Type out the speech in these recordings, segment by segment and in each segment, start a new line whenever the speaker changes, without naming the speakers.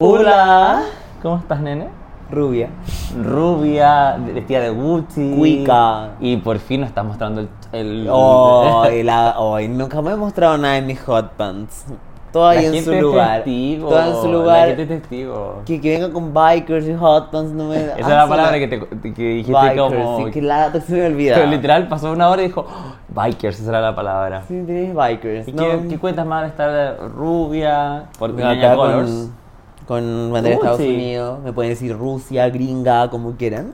Hola. ¿Cómo estás, nene?
Rubia.
Rubia, vestida de Gucci.
Cuica.
Y por fin nos está mostrando el... el-
Oh, la, ay, nunca me he mostrado nada de mis hot pants. Todo
La
ahí en su
gente es
lugar.
testigo,
Todo en su
La
lugar.
gente es testigo.
Que, que venga con bikers y hot pants no me. Ah,
Esa es la palabra que, te, que dijiste como...
Sí, que la data se me
Pero
olvida.
literal pasó una hora y dijo, "Oh, bikers, esa era la palabra.
Sí, tenés bikers.
¿Y
No,
qué, qué cuentas más de estar rubia? Por
acá
Niña
con-
Colors. Uh,
Con bandera de Estados
Gucci.
Unidos. Me pueden decir Rusia, gringa, como quieran.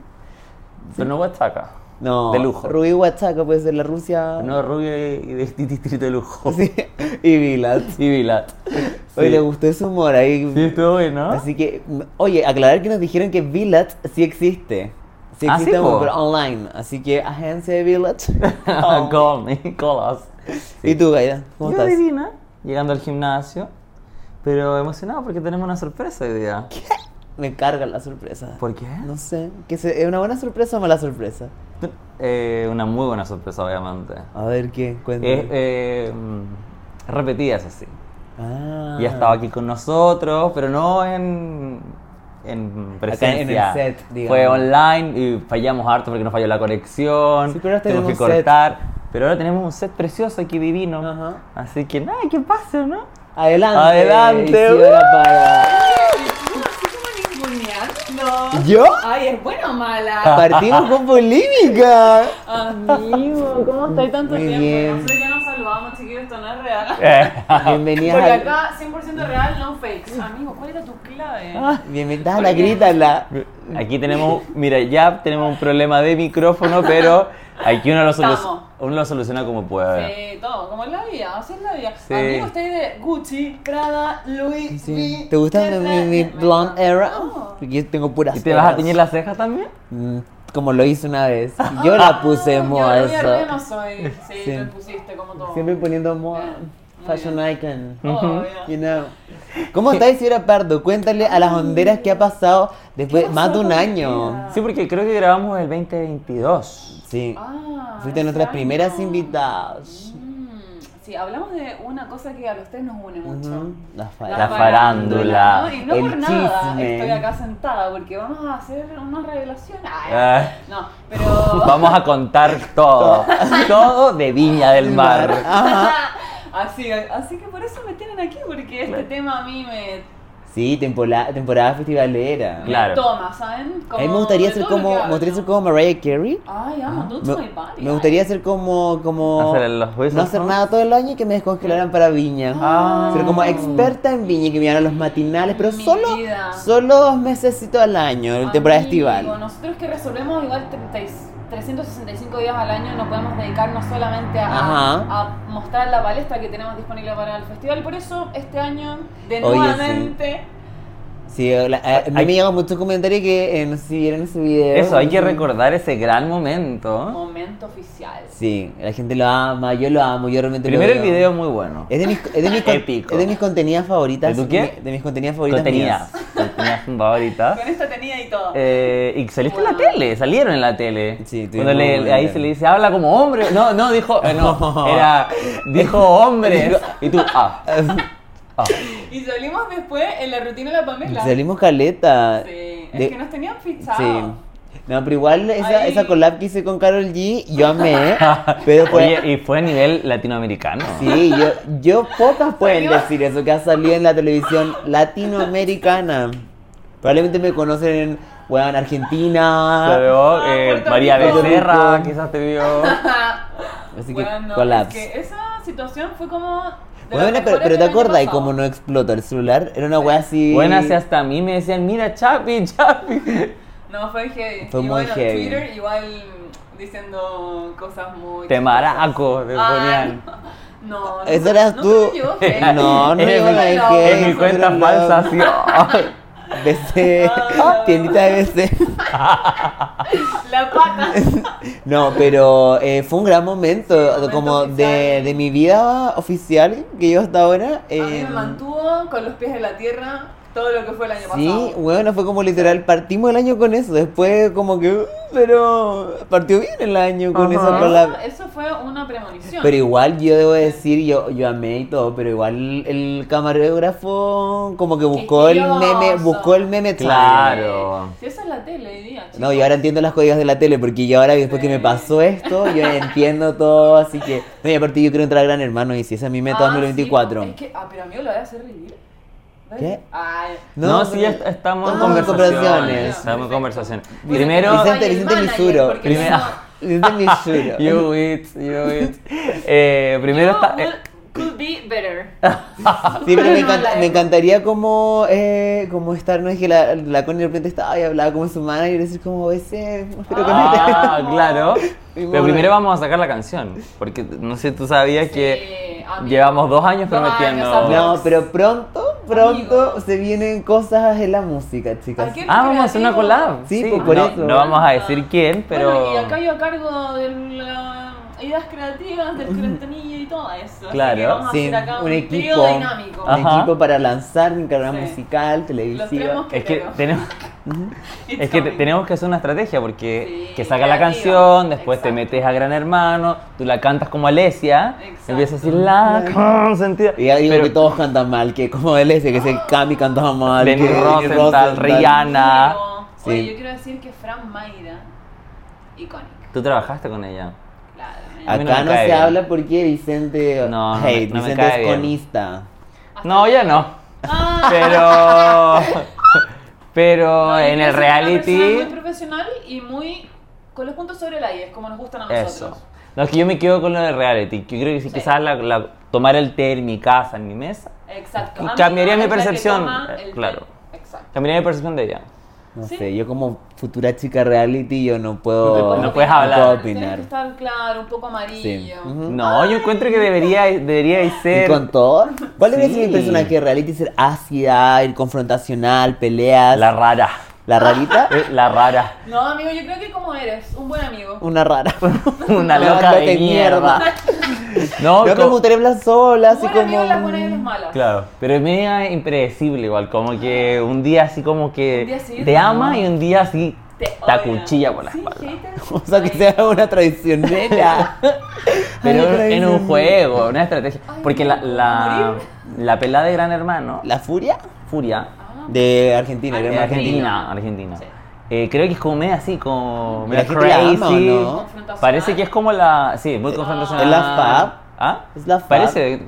Pero no Oaxaca.
No.
De lujo.
Rubí Huachaca puede ser la Rusia.
No rubia y de de distrito de lujo.
Sí, Y Vilas.
Y Vilat.
Oye,
Sí.
le gustó ese humor ahí.
Sí, estuvo bueno.
Así que, m- oye, aclarar que nos dijeron que Village sí existe. Sí
Ah,
existe,
sí, po.
pero online. Así que, agencia de Village. Oh.
Call me, call us.
¿Y tú, Gaida? ¿Cómo
Yo
estás?
divina, llegando al gimnasio, pero emocionado porque tenemos una sorpresa hoy día. ¿Qué?
Me carga la sorpresa.
¿Por qué?
No sé. ¿Que se- ¿Es una buena sorpresa o mala sorpresa?
Eh, una muy buena sorpresa, obviamente.
A ver, ¿qué? Cuéntame.
Es, eh, mm, repetidas así.
ah.
Ya estaba aquí con nosotros, pero no en, en presencia.
en el set, digamos.
Fue online y fallamos harto porque nos falló la conexión.
Sí, pero ahora
tuvimos que
tenemos set.
cortar. Pero ahora tenemos un set precioso aquí divino.
Ajá.
Así que nada, que pase, ¿no?
Adelante.
Adelante.
Isidora Parra.
No.
¿Yo? Ah.
Ay, es buena o mala.
Partimos con polémica.
Amigo, ¿cómo estoy tanto
Muy
tiempo?
bien. Eh,
Nosotros ya nos saludamos, chiquillos, esto no es real.
Eh.
Bienvenidas
Porque
a-
acá 100% real, no fakes. Amigo, ¿cuál era tu clave?
Ah. Bienvenidas a la grítala.
Aquí tenemos, mira, ya tenemos un problema de micrófono, pero aquí uno lo, solu-
Estamos.
uno lo soluciona como puede.
Sí, Eh, todo, como es la vida, así es la vida.
Sí.
Amigo, estoy de Gucci, Prada, Louis
Sí.
V,
¿Te gusta mi,
Prada,
mi- mi
me
blonde
encanta.
era?
No.
Porque yo tengo puras
¿Y te vas a
peras.
teñir las cejas también?
Mm, Como lo hice una vez. Yo la puse en moda
Ah, Yo de rubia no
eso.
soy. Sí,
Sí.
te pusiste como todo.
Siempre poniendo en moda.
Muy
Fashion icon.
Obvio.
You know. ¿Cómo está Isidora Pardo? Cuéntale a las honderas qué ha pasado después más de un año.
Sí, porque creo que grabamos el 2022.
Sí.
Ah,
Fuiste nuestras
extraño.
primeras invitadas.
Mm, Sí, hablamos de una cosa que a los tres nos une mucho.
Ujú. Las
La
faldas.
farándula,
¿no? Y no
el
por nada
chisme.
estoy acá sentada, porque vamos a hacer una revelación. Ay,
Ah.
No, pero.
Vamos a contar todo. todo de Viña del Mar.
Ah.
así, así que por eso me tienen aquí, porque este tema a mí me
Sí, temporada, temporada festivalera.
Claro.
toma, ¿saben? Como
A mí me gustaría
de
ser
todo lo
como,
que
me
hablo.
gustaría ser como Mariah Carey.
Ay, amo, dudes my
Me,
body.
me gustaría ser como, como
Hacer los besos,
no hacer
¿no?
nada todo el año y que me descongelaran para viña.
Ah.
Ser como experta en viña y que me dieran los matinales, pero
Mi
solo,
vida.
solo dos mesecitos al año, en
Amigo,
temporada estival.
Nosotros que resolvemos igual 30 y- 365 días al año no podemos dedicarnos solamente a,
Ajá.
a mostrar la palestra que tenemos disponible para el festival. Por eso este año, de
Oye, sí.
nuevamente,
Sí, la- eh, a, a mí
Hay-
me llegan muchos comentarios que eh, no sé si vieron ese video.
Eso, hay que
Sí.
recordar ese gran momento.
momento oficial.
¿Ah? Sí, la gente lo ama, yo lo amo, yo realmente lo Eh,
Primero el
veo.
video muy bueno.
Es de mis, es de mis, con-
Épico.
es de mis contenidas favoritas.
¿De tu qué?
De mis contenidas favoritas.
Contenidas.
mías.
Contenidas favoritas.
Con esta tenida y todo.
Eh, y saliste en la tele, salieron en la tele.
Sí, tuvimos
Cuando le-
un
ahí
buen-
se le dice, habla como hombre. No, no, dijo, eh, no, era, dijo hombre. Y tú, ah, ah.
Y salimos después en la rutina de la Pamela.
Salimos caleta.
Sí, es
De-
que nos tenían
Sí.
fichados.
No, pero igual esa,
Ahí.
esa collab que hice con Carol G, yo amé. pero fue.
Ah. Oye, y fue a nivel latinoamericano.
Sí, yo, yo pocas pueden
¿Salió?
decir eso que ha salido en la televisión latinoamericana. Probablemente me conocen en, bueno, en
Te
Argentina.
veo, eh,
Ah, Puerto
María
Rico.
Becerra, quizás te vio.
Así que
Bueno, es
collabs.
que esa situación fue como. de los
Bueno, pero,
mejores
pero
del
te
año
acordás, y
pasado.
como no explotó el celular, era una wea así.
Bueno, así hasta a mí me decían, mira, Chapi, Chapi.
No, fue heavy.
Fue
y
muy
bueno,
heavy.
Twitter igual mm, diciendo cosas muy...
Te maraco, te
Ay,
ponían.
no, no.
Esa Ah, eras
no
tú.
creo yo, heavy.
No, no
En
yo
mi-
la dejé.
En mi
eso
cuenta
era
falsa,
lo-
así. ay.
BC, tiendita de BC.
La pata.
No, pero eh, fue un gran momento,
momento
como de,
oficial.
de mi vida oficial que yo hasta ahora.
A mí
eh,
me mantuvo con los pies en la tierra. todo lo que fue el año
Sí,
pasado.
bueno, fue como literal, partimos el año con eso, después como que, uh, pero partió bien el año con
Ajá.
esa
Eso-
palabra.
Eso fue una premonición.
Pero igual yo debo decir, yo, yo amé y todo, pero igual el camarógrafo como que buscó el meme,
Quisquilloso.
buscó el meme time.
Claro.
Si esa es la tele hoy día,
No,
chicos.
y ahora entiendo las códigos de la tele, porque yo ahora después que me pasó esto, yo entiendo todo, así que... No, y aparte yo quiero entrar a Gran Hermano, y si esa es mi meta
Ah,
2024.
sí, es que, ah, pero amigo, lo voy a hacer revivir. ¿Ves?
¿Qué?
Ay.
No,
no,
sí, ya est- estamos en
Ah,
conversaciones.
conversaciones.
Estamos en conversaciones.
Bueno,
Primero,
Vicente,
Vicente-
Vicente
manager,
Misuro.
porque
Primero... Vicente Misuro.
you it, you it. Eh, primero
Yo,
está.
well,
eh,
could be better.
Ah.
Sí, pero me,
No, la
encanta-
de-
me encantaría como, eh, como estar, no es que la, la Connie de repente estaba y hablaba como su manager y decir como, ese, espero que no
este
te-".
Ah, claro.
Mi
Pero
mono.
primero vamos a sacar la canción. Porque no sé, tú sabías que
Sí, amigo.
llevamos dos años
Dos años
prometiendo.
hablando.
No, pero pronto, pronto
Amigo.
se vienen cosas en la música, chicas.
¿A qué
ah, vamos a hacer una
creativo?
collab.
Sí, pues, por
no,
eso.
no vamos a decir quién, pero.
Bueno, y acá yo a cargo de las ideas creativas, del creatinillo y todo eso. Así que
Claro.
vamos
Sí,
a hacer acá un,
un
trío
equipo,
dinámico.
un
Ah. Ajá.
equipo para lanzar mi carrera
Sí.
musical,
Los tres
televisiva.
Es que
mosqueteros.
tenemos.
It's
Es que te-
coming.
tenemos que hacer una estrategia porque
Sí,
que sacas la
creativa.
canción, después te
Exacto.
metes a Gran Hermano, tú la cantas como Alesia,
Exacto.
empiezas a decir la consentida.
Y ya digo
pero
que todos cantan mal, que como él ese, que ese Cami cantaba mal.
Lenny
que
Rosenthal,
Pero,
Rihanna. Ana.
oye,
Sí.
yo quiero decir que Fran Mayra, icónica,
Tú trabajaste con ella.
claramente.
A mí no
Acá
me
no,
cae
se
bien.
habla porque Vicente
No, no me-
hate,
no me
Vicente
cae
es
bien.
conista.
Hasta
No,
el-
ya no.
Ah,
Pero. Pero
no, yo
en
creo
el
que es una persona
reality.
Muy profesional y muy. con los puntos sobre la I, es como nos gustan a nosotros.
Eso. No, es que yo me quedo con lo del reality. Yo creo que si
Sí.
quizás la- la- tomar el té en mi casa, en mi mesa,
Exacto.
Y
Amiga
cambiaría mi
es la que
percepción,
toma
eh,
el
claro.
té. Exacto.
cambiaría mi percepción de ella.
No
¿Sí?
sé, yo como futura chica reality yo no puedo
No te- no puedes hablar.
puedo
Tienes
opinar.
que estar claro, un poco amarillo.
Sí. Ujú.
No, yo encuentro que debería, debería
¿Y
ser.
con todo? ¿Cuál debería ser
Sí.
mi personaje de reality? Ser ácida, ir confrontacional, peleas.
La rara.
¿La rarita?
Eh, La rara.
No, amigo, yo creo que como eres, un buen amigo.
Una rara.
Una
Una
loca
loca
de
y
mierda.
mierda.
No,
Yo
co-
me gustaría hablar sola,
Un
así como... mm,
buen amigo en las buenas y en las malas.
Claro, pero es media impredecible igual, como que un día así como
Ah. Un día
que
sí,
te
¿no?
ama y un día así
Te
te,
odia.
acuchilla por la
Sí,
espalda.
haters.
O sea, que sea una traicionera.
Pero
Ay,
en un
traicionera.
juego, una estrategia.
Ay,
Porque
no,
la, la, la pelada de Gran Hermano,
¿La furia?
Furia,
Ah,
De Argentina,
de
de
Argentina.
Argentina, Argentina.
Sí.
eh, creo que es como media así, como
La
media
gente la ama, ¿o
crazy.
no?
Confrontacional.
Parece que es como la... Sí, muy confrontacional.
¿Es la Fab?
¿Ah?
¿Es la Fab?
Parece...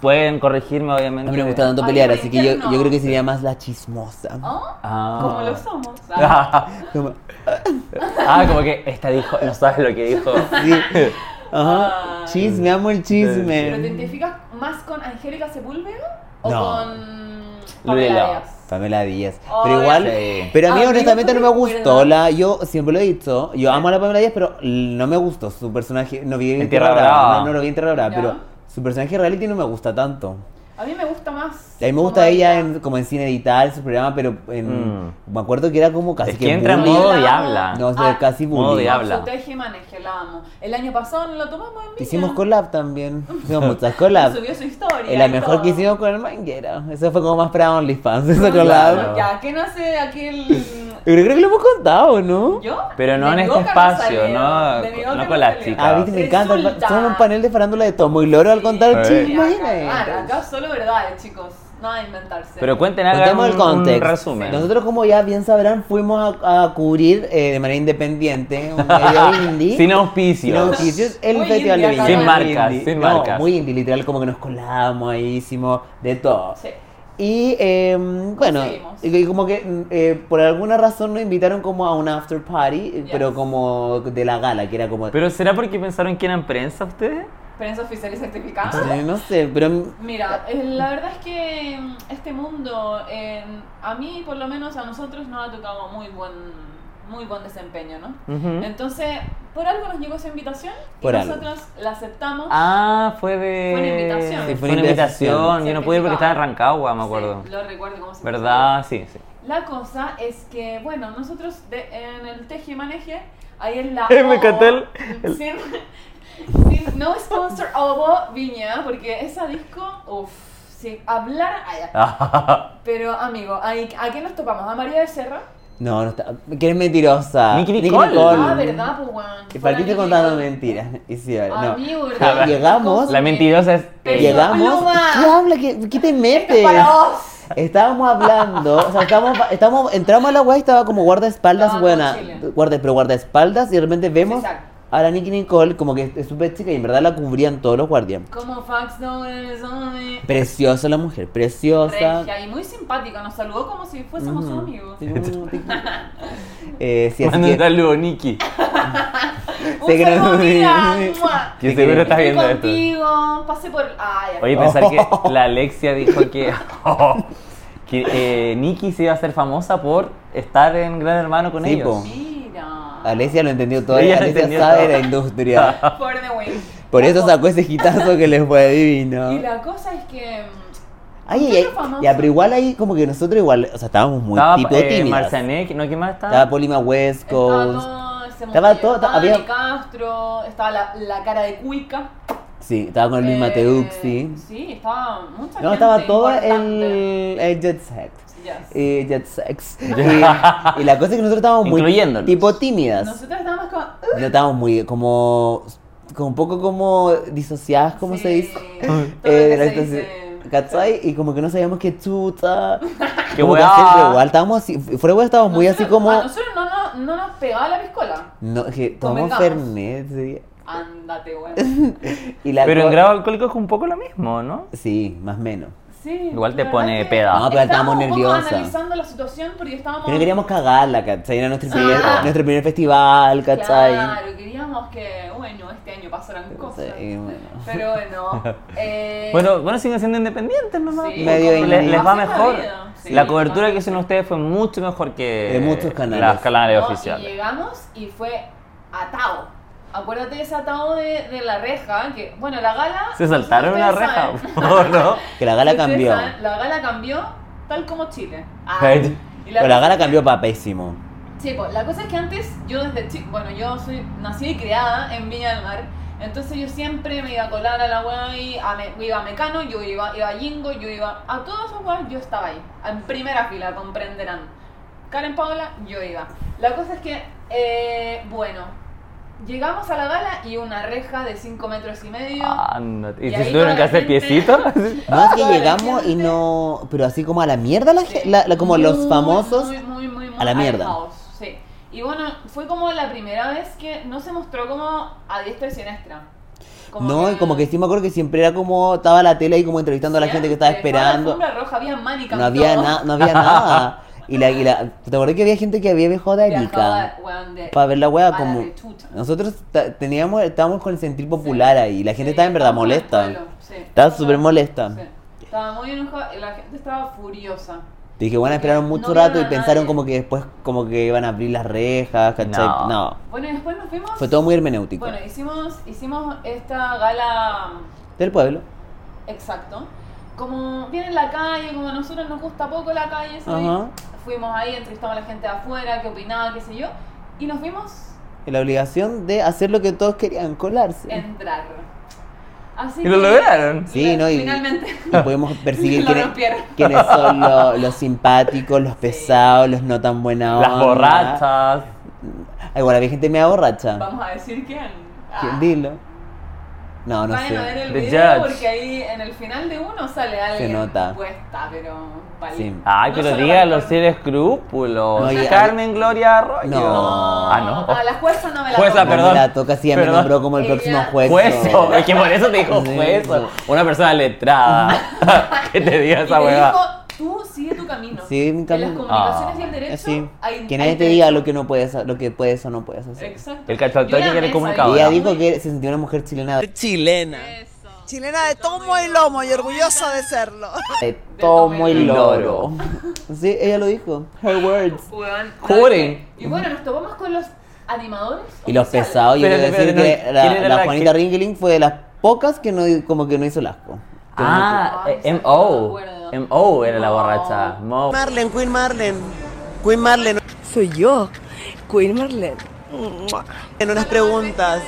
Pueden corregirme, obviamente.
A mí me gusta tanto
Ay,
pelear,
pero
así que yo,
interno.
yo creo que sería más la chismosa.
Ah,
Ah.
Como lo somos. Ah.
Ah,
Como-
como que esta dijo, no sabes lo que dijo.
Sí. Ajá.
Ay.
Chisme, amo el
¿Pero te
chisme.
identificas más con Angélica Sepúlveda o
No.
con
Lula.
Pamela Arias?
Pamela Díaz.
Ay,
Pero igual,
sí.
pero a mí
Amigo,
honestamente
¿tú
no me
te
gustó.
acuerdas?
La, yo siempre lo he dicho, yo amo a la Pamela Díaz, pero no me gustó su personaje. No vi
En Tierra Brava.
No, no lo vi en Tierra Brava,
Ya.
pero su personaje reality no me gusta tanto.
A mí me gusta más.
A mí me
como
gusta ella en, como en cine editar su programa, pero en,
Mm.
me acuerdo que era como casi
Es que entra en
bully.
modo
La amo.
diabla.
No, es de
Ah,
casi
modo
bully.
diablo. habla.
Su teje y maneje, la amo. El año pasado no la tomamos en Viña.
Hicimos collab también. Hicimos muchas
Y
collabs.
Subió su historia.
Es la
y
mejor
todo.
que hicimos con el manguera. Eso fue como más para OnlyFans, esa
No,
collab.
claro.
Ya, que no hace aquel.
Pero creo que lo hemos contado, ¿no?
¿Yo?
Pero no
De
en
mi
este
boca
espacio,
salió,
no-
de mi
no
boca
con las
salió.
chicas.
Ah, viste, me encanta. el pa-
Resulta.
Somos un panel de farándula de Tomo y Loro al contar
Sí.
Sí,
chismes.
acá, acá, acá solo verdades, chicos. Nada de inventarse.
Pero cuenten, hagan
Contemos el
un, un
contexto.
resumen.
Nosotros, como ya bien sabrán, fuimos a, a cubrir eh, de manera independiente un medio indie.
Sin auspicios.
No, sí, sí, es el
Muy
festival
indie
de
acá.
Viña.
Sin
marcas,
Muy
sin
No,
marcas.
muy indie, literal, como que nos colábamos ahí, hicimos de todo.
Sí.
Y eh, bueno,
Conseguimos.
y, y como que mm, eh, por alguna razón nos invitaron como a un after party, eh,
Yes.
pero como de la gala, que era como...
Pero ¿será porque pensaron que eran prensa ustedes?
Prensa oficial y certificada.
Eh, no sé, pero... mm,
Mira, eh, la verdad es que mm, este mundo, eh, a mí por lo menos a nosotros nos ha tocado muy buen, muy buen desempeño, ¿no?
Ujú.
Entonces, por algo nos llegó esa invitación y
Por algo.
nosotros la aceptamos.
Ah, fue de.
Fue una invitación.
Sí,
Sí, fue
fue
una
una invitación. Yo no pude ir porque estaba en Rancagua, me
Sí,
acuerdo.
lo recuerdo como si fuera
¿Verdad? Sí, sí.
ayer. La cosa es que, bueno, nosotros de- en el teje y maneje, ahí en la.
Eh, me encantó el-
Sin, sin- no sponsor Ovo Viña, porque esa disco, uff, si hablar allá. Pero, amigo, ¿a, a qué nos topamos? ¿A María Becerra?
No, no está. Que eres mentirosa.
Nicki
Nicki
Nicole.
Nicole.
Ah, verdad, pues, weón.
Que
Fue la
partiste
Nicki
contando
Nicole. Ah,
mentiras. Y sí, vale, no.
Amigo, ¿verdad?
Llegamos-
La mentirosa es.
Pero-
ella.
Llegamos.
Paloma.
¿Qué habla? ¿Qué, qué te
Esto
metes?
es para vos.
Estábamos hablando, o sea, estábamos, estábamos- entramos a la web y estaba como guardaespaldas,
No, no,
buena,
Chile.
guarda, pero guardaespaldas, y de repente vemos
Exacto.
a la Nicky Nicole como que es súper chica y en verdad la cubrían todos los guardias.
Como fax no eres hombre.
Preciosa la mujer, preciosa.
Regia y muy simpática, nos saludó como si fuésemos sus amigos.
Sí, como- eh, sí, así
Manda un
que,
saludo, Nikki.
Un
Sí, que no-
saludo, amiga.
sí.
¡Mua!
Que seguro estás
Estoy
viendo esto.
contigo, pasé por... Ay, ya.
Oye, pensar que la Alexia dijo que. que eh, Nikki se iba a hacer famosa por estar en Gran Hermano con
Sí,
ellos.
po.
mira.
Alesia lo entendió todo,
Ella lo
Alesia
entendió
sabe
todo.
la industria.
For the win.
Por eso sacó ese hitazo que les fue divino.
Y la cosa es que... mm,
Ay,
¿qué
ay,
otro famoso?
ay. Ya, pero igual ahí como que nosotros igual, o sea, estábamos muy
Estaba
tipo
eh,
tímidas.
Marcianek, ¿no? ¿Quién más estaba?
Estaba Polima West
Estaba
Coast.
todo ese
Estaba
mundo,
todo-
estaba
había-
de Castro, estaba la, la cara de Cuica.
Sí, estaba con Luis
eh,
Mateuxi.
Sí, estaba mucha
No,
gente
estaba todo
importante.
el, el jet set.
Yes.
Y jet sex. Y, y la cosa es que nosotros estábamos muy
Incluyéndonos.
tipo tímidas.
Nosotros estábamos como...
No estábamos muy como, como un poco como disociadas, como se
Sí,
dice.
todo lo
Eh,
que
de la
se
estación.
dice.
¿Cachai? Y como que no sabíamos qué chuta.
Qué
Como que
weá.
siempre igual, estábamos así, fuera de hueá estábamos muy así
Nosotros- A
como...
nosotros no, no, no nos pegaba la piscola.
No, que tomamos
Convengamos.
Fernet. sí.
Ándate, güey.
Y la
Pero en
co-
grado alcohólico es un poco lo mismo, ¿no?
Sí, más o menos.
Sí.
Igual te
la verdad
pone
es que
peda.
No, pero estábamos
un poco
nerviosas.
analizando la situación porque estábamos.
Pero no queríamos cagarla, ¿cachai? Era nuestro primer,
Ah.
nuestro primer festival, ¿cachai?
Claro, queríamos que, bueno, este año pasaran cosas.
Sí, bueno.
Pero bueno. eh,
Bueno, bueno, siguen siendo independientes nomás.
Sí.
Medio
Le- les,
indie.
va
Así es la
mejor.
vida. Sí,
la cobertura
claro.
que hicieron ustedes fue mucho mejor que
De muchos canales.
las canales
no, Y
oficiales.
llegamos y fue atado. Acuérdate de ese atado de, de la reja. que Bueno, la gala.
Se saltaron una
ustedes
reja,
saben.
¿no?
Que la gala
Ustedes
cambió.
saben, la gala cambió tal como Chile. Ah,
Ay.
y
Pero la gala cambió para pésimo.
Sí, pues, la cosa es que antes yo desde chico, bueno, yo soy nací y criada en Viña del Mar, entonces yo siempre me iba a colar a la weá y a Me- iba a Mecano, yo iba, iba a Jingo, yo iba a todas esas weas, yo estaba ahí, en primera fila, comprenderán. Karen Paola, yo iba. La cosa es que, eh, bueno, llegamos a la gala y una reja de 5 metros y medio.
Ah. Ándate. ¿Y,
Y
si
ahí
tuvieron que
toda la
hacer
gente-
piecitos?
Más que
Ah, toda la
llegamos y
gente.
no. Pero así como a la mierda, la, ge- la- la- como
Muy,
los famosos.
muy, muy, muy, muy
a la mierda.
alejados, sí. Y bueno, fue como la primera vez que no se mostró como a diestra y siniestra. Como
no, y como que sí me acuerdo que siempre era como. Estaba la tele ahí como entrevistando a la gente que estaba
Siempre, toda la
esperando.
alfombra roja, había manicas
No
y
había,
todo.
na- no había nada. Y la, y la- ¿Te acuerdas que había gente que había viajado de
Viajaba,
Arica?
weón, de-
Para ver la wea
para
como.
de chucha.
Nosotros ta- teníamos, estábamos con el sentir popular ahí. Y la gente estaba en verdad
estaba con el
molesta.
pueblo, sí.
Estaba súper molesta.
Sí. Estaba muy enojada y la gente estaba furiosa.
Dije, bueno, esperaron mucho
No
rato y
vieron a
pensaron
nadie.
como que después como que iban a abrir las rejas, ¿cachai?
No.
No.
Bueno, y después nos fuimos.
Fue todo muy hermenéutico.
Bueno, hicimos, hicimos esta gala
Del pueblo.
Exacto. Como viene la calle, como a nosotros nos gusta poco la calle, ¿sí?
Ajá.
fuimos ahí, entrevistamos a la gente de afuera, qué opinaba, qué sé yo, y nos vimos
Y la obligación de hacer lo que todos querían, colarse.
entrar. Así
Y lo
que-
lograron.
Sí,
y
no, y-
Finalmente.
Y pudimos perseguir
Lo
quiénes,
rompieron.
quiénes son lo- los, simpáticos, los pesados, los no tan buena onda.
Las borrachas.
Ah, igual había gente media borracha.
Vamos a decir quién. Ah,
¿Quién? Dilo. No, no
vayan a ver
sé.
el
The
video
Judge.
porque ahí en el final de uno sale alguien
nota.
puesta, pero vale.
Sí.
Ay,
No
pero
solo
dígalo
vale.
sin escrúpulos.
No, y-
Carmen Gloria Arroyo.
No.
Ah, no.
A la jueza no me la
No
Jueza,
toco.
me
Ah, perdón.
la toca si ya me
Perdón.
nombró como el
Ella-
próximo juez.
Juezo, es que por eso te dijo
Sí.
juezo. Una persona letrada que te diga
Y
esa
me
hueá.
dijo, tú sigue tu camino.
Sigue mi camino.
En las comunicaciones
Ah.
y el derecho,
Sí.
hay,
Que
hay
nadie te
derecho.
diga lo que no puedes, lo que puedes o no puedes hacer.
Exacto.
El cachotón
Yo
que
era
le
Y
comunicaba.
mesa,
ella
Ahora.
dijo que se sintió una mujer chilena. Chilena.
Eso.
Chilena de tomo y lomo y orgullosa de serlo.
De tomo y
y
loro.
loro.
Sí, ella lo dijo. Her words.
Weón,
Juren.
Y bueno, nos tomamos con los animadores.
Y los
oficiales.
pesados, yo
Espérate,
quiero decir
espérate, no,
que la,
¿quién era
la
la
Juanita
que-
Ringeling fue de las pocas que no como que no hizo lasco.
Ah,
Ay,
eh,
exacto,
M.O.
me acuerdo.
M.O. era la
Mo.
borracha. Mo.
Marlene, Queen Marlene. Queen Marlene. Soy yo, Queen Marlene. En unas preguntas.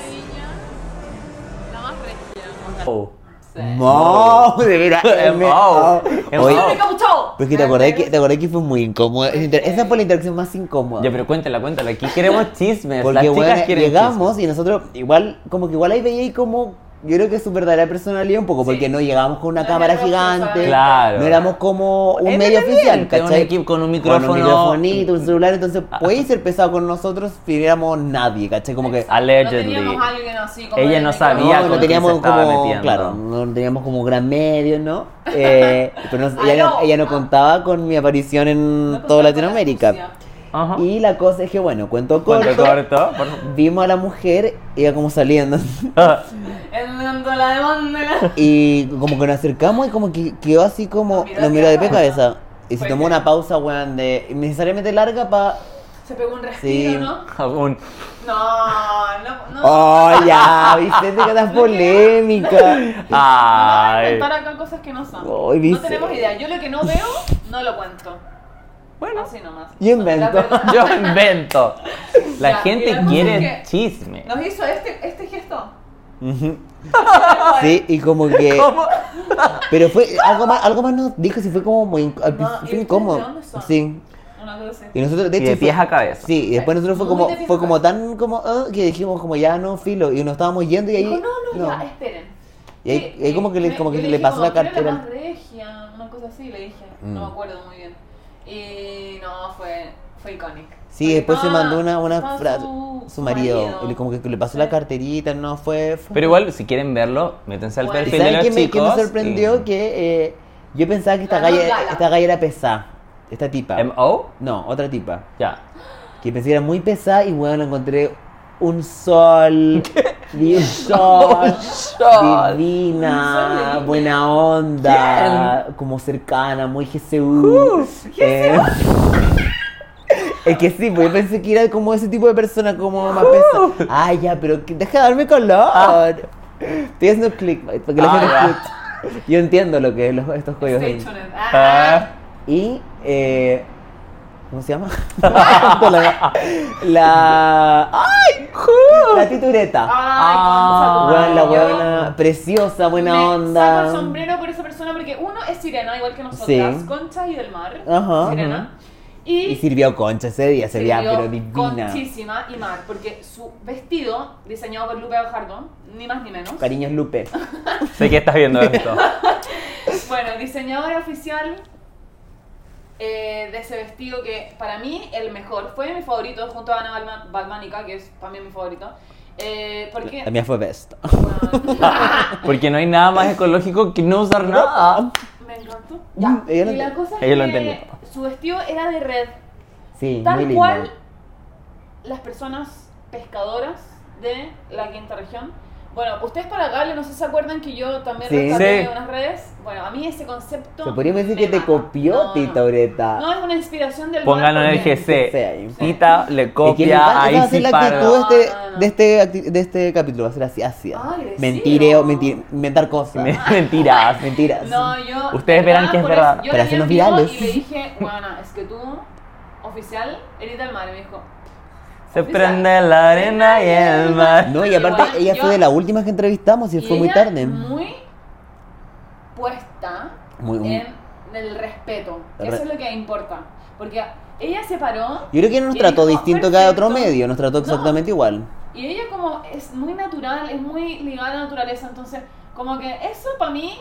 La más regia.
Oh.
Sí.
Mo, de veras. M-
Mo.
O.
Oye,
¡Sorry, capuchón!
Pero es que te acordás que, te acordás que fue muy incómodo. Esa inter- Esa fue la interacción más incómoda.
Ya, pero cuéntala, cuéntala. Aquí queremos chismes. Las
Porque
chicas
bueno,
quieren
llegamos y nosotros igual, como que igual ahí veía ahí como, yo creo que su verdadera personalidad un poco, porque no llegábamos con una
No
cámara
éramos
gigante,
profesionales.
Claro.
no éramos como un
Es
medio oficial,
independiente, un
¿cachai?
equipo con un
Con un
micrófono.
microfonito, un celular, entonces puede ser pesado con nosotros si éramos nadie, ¿cachai? Como que...
chismes. Allegedly.
No teníamos a alguien así como
Ella
del
no
micrófono.
sabía
no, no
con quién
teníamos
se estaba
como,
metiendo.
claro, no teníamos como gran medio, ¿no? Eh, pero no- ella, no,
Aló.
ella no contaba con mi aparición en
No
toda
contaba con
Latinoamérica.
astucia.
Ajá.
Y la cosa es que, bueno, cuento
Cuento
corto,
corto. por favor.
vimos a la mujer, iba como saliendo,
El dando la demanda.
y como que nos acercamos y como que quedó así como,
Nos miró
nos miró de pie
de
cabeza. Y se
Fue
tomó
que-
una pausa, weón, de necesariamente larga para...
Se pegó un respiro,
Sí.
¿no?
Un-
No, no, no.
¡Oh, ya! ¿Viste? que tan polémica.
Ay. a
Ay.
inventar acá cosas que no son.
Ay,
no
dice.
tenemos idea. Yo lo que no veo, no lo cuento. Bueno. Así nomás.
Yo invento.
La verdad.
Yo invento. La
Ya, y
gente
la cosa
quiere
es que-
chisme.
Nos hizo este, este gesto.
Sí, y como que...
¿Cómo?
Pero fue algo más, algo más nos dijo si fue como muy inc- al
No,
principio
¿y
fue
ustedes
incómodo.
de dónde son?
Sí.
Una cosa así.
Y nosotros de
Y
hecho
de
fue-
pies a cabeza.
Sí, y después nosotros fue
Muy
como
de pies
fue
a
como
cabeza.
tan como ah, que dijimos como ya no filo y nos estábamos yendo y ahí
Dijo, no, no, ya, esperen.
Y ahí-
Sí,
ahí como que le-
yo-
como que
yo
le
dije
pasó la
tú eres
cartera. Mm.
más regia, una cosa así, le dije. No me acuerdo muy bien. Y no, fue, fue icónico.
Sí, después se mandó una, una frase.
Su,
Su marido, y le- como que le pasó la
Sí.
carterita, no fue. fue-
Pero igual, si quieren verlo, métanse al
Bueno.
¿Y
perfil de
¿Saben
los
qué me, qué me
chicos.
sorprendió?
y-
Que eh, yo pensaba que esta
La no
galla,
gala.
esta galla era pesada. Esta tipa.
¿M.O.?
no, otra tipa.
Ya.
Que pensé que era muy pesada y bueno, encontré un sol. Vi un sol.
sol.
Un sol
Divina,
divino.
buena onda, como cercana, muy GCU. Eh, es que sí, porque yo pensé que era como ese tipo de persona, como más pesada. Ay, ya, pero que- deja de darme color. Estoy haciendo clickbait, porque la
Ah,
gente
ya.
click. Yo entiendo lo que es los- estos juegos.
Stay
de-
tuned.
Ah.
Ah.
y, eh, ¿cómo se llama? la, la, ¡ay! la titureta.
Ah.
Ay,
Buena, la
concha tu madre. Yo
buena, preciosa, buena
me
onda.
Saco el sombrero por esa persona porque uno es sirena, igual que nosotras,
Sí. Ah,
concha y del mar.
Ajá.
Sirena. Y,
Y sirvió concha ese día, ese día,
sirvió
pero divina.
Conchísima y mar, porque su vestido, diseñado por Lupe Bajardón, ni más ni menos.
Cariños Lupe.
Sé que estás viendo esto.
Bueno, diseñadora oficial eh, de ese vestido que para mí el mejor, fue mi favorito junto a Ana Balma- Balmánica, que es también mi favorito. Eh, porque...
La mía fue best.
Bueno,
Porque no hay nada más ecológico que no usar nada.
me encantó.
Mm,
y
ella lo
la
entendió.
cosa es
Ella lo
que
entendió.
su vestido era de red,
Sí, muy
tal
linda.
cual las personas pescadoras de la quinta región. Bueno, ustedes para Gale no sé si se acuerdan que yo también
Sí.
rescaté
Sí.
unas redes. Bueno, a mí ese concepto.
Se podría decir
me
que te
mata.
copió
No, no.
Titoreta.
No, es una inspiración del
Pónganlo en
mar
el
también.
Que
GC.
sea ahí.
Tita le
Es que
copia
esa- esa
ahí
va a ser
sí
la
para.
actitud este-
No, no, no.
de, este, acti- de este capítulo, va a ser así, así.
Agresivo.
Mentireo, mentir, inventar
Me-
cosas.
Mentiras.
Mentiras.
No, yo.
Ustedes verán que es
por
verdad.
eso-
Pero
Yo le vi
hacernos
en vivo
virales.
Y le dije, bueno, es que tú, oficial, eres del mar. Y me dijo,
Se prende la arena y el mar.
No, y aparte,
Igual
ella
yo-
fue de las últimas que entrevistamos y
Y
fue muy
ella
tarde.
Muy puesta
Muy- muy-
en el respeto. que
Re-
Eso es lo que importa. Porque ella se paró
Yo creo que no nos
Y
trató
dijo,
distinto que a otro
"Perfecto".
medio, nos trató
No.
exactamente igual.
y ella como es muy natural, es muy ligada a la naturaleza. Entonces, como que eso para mí,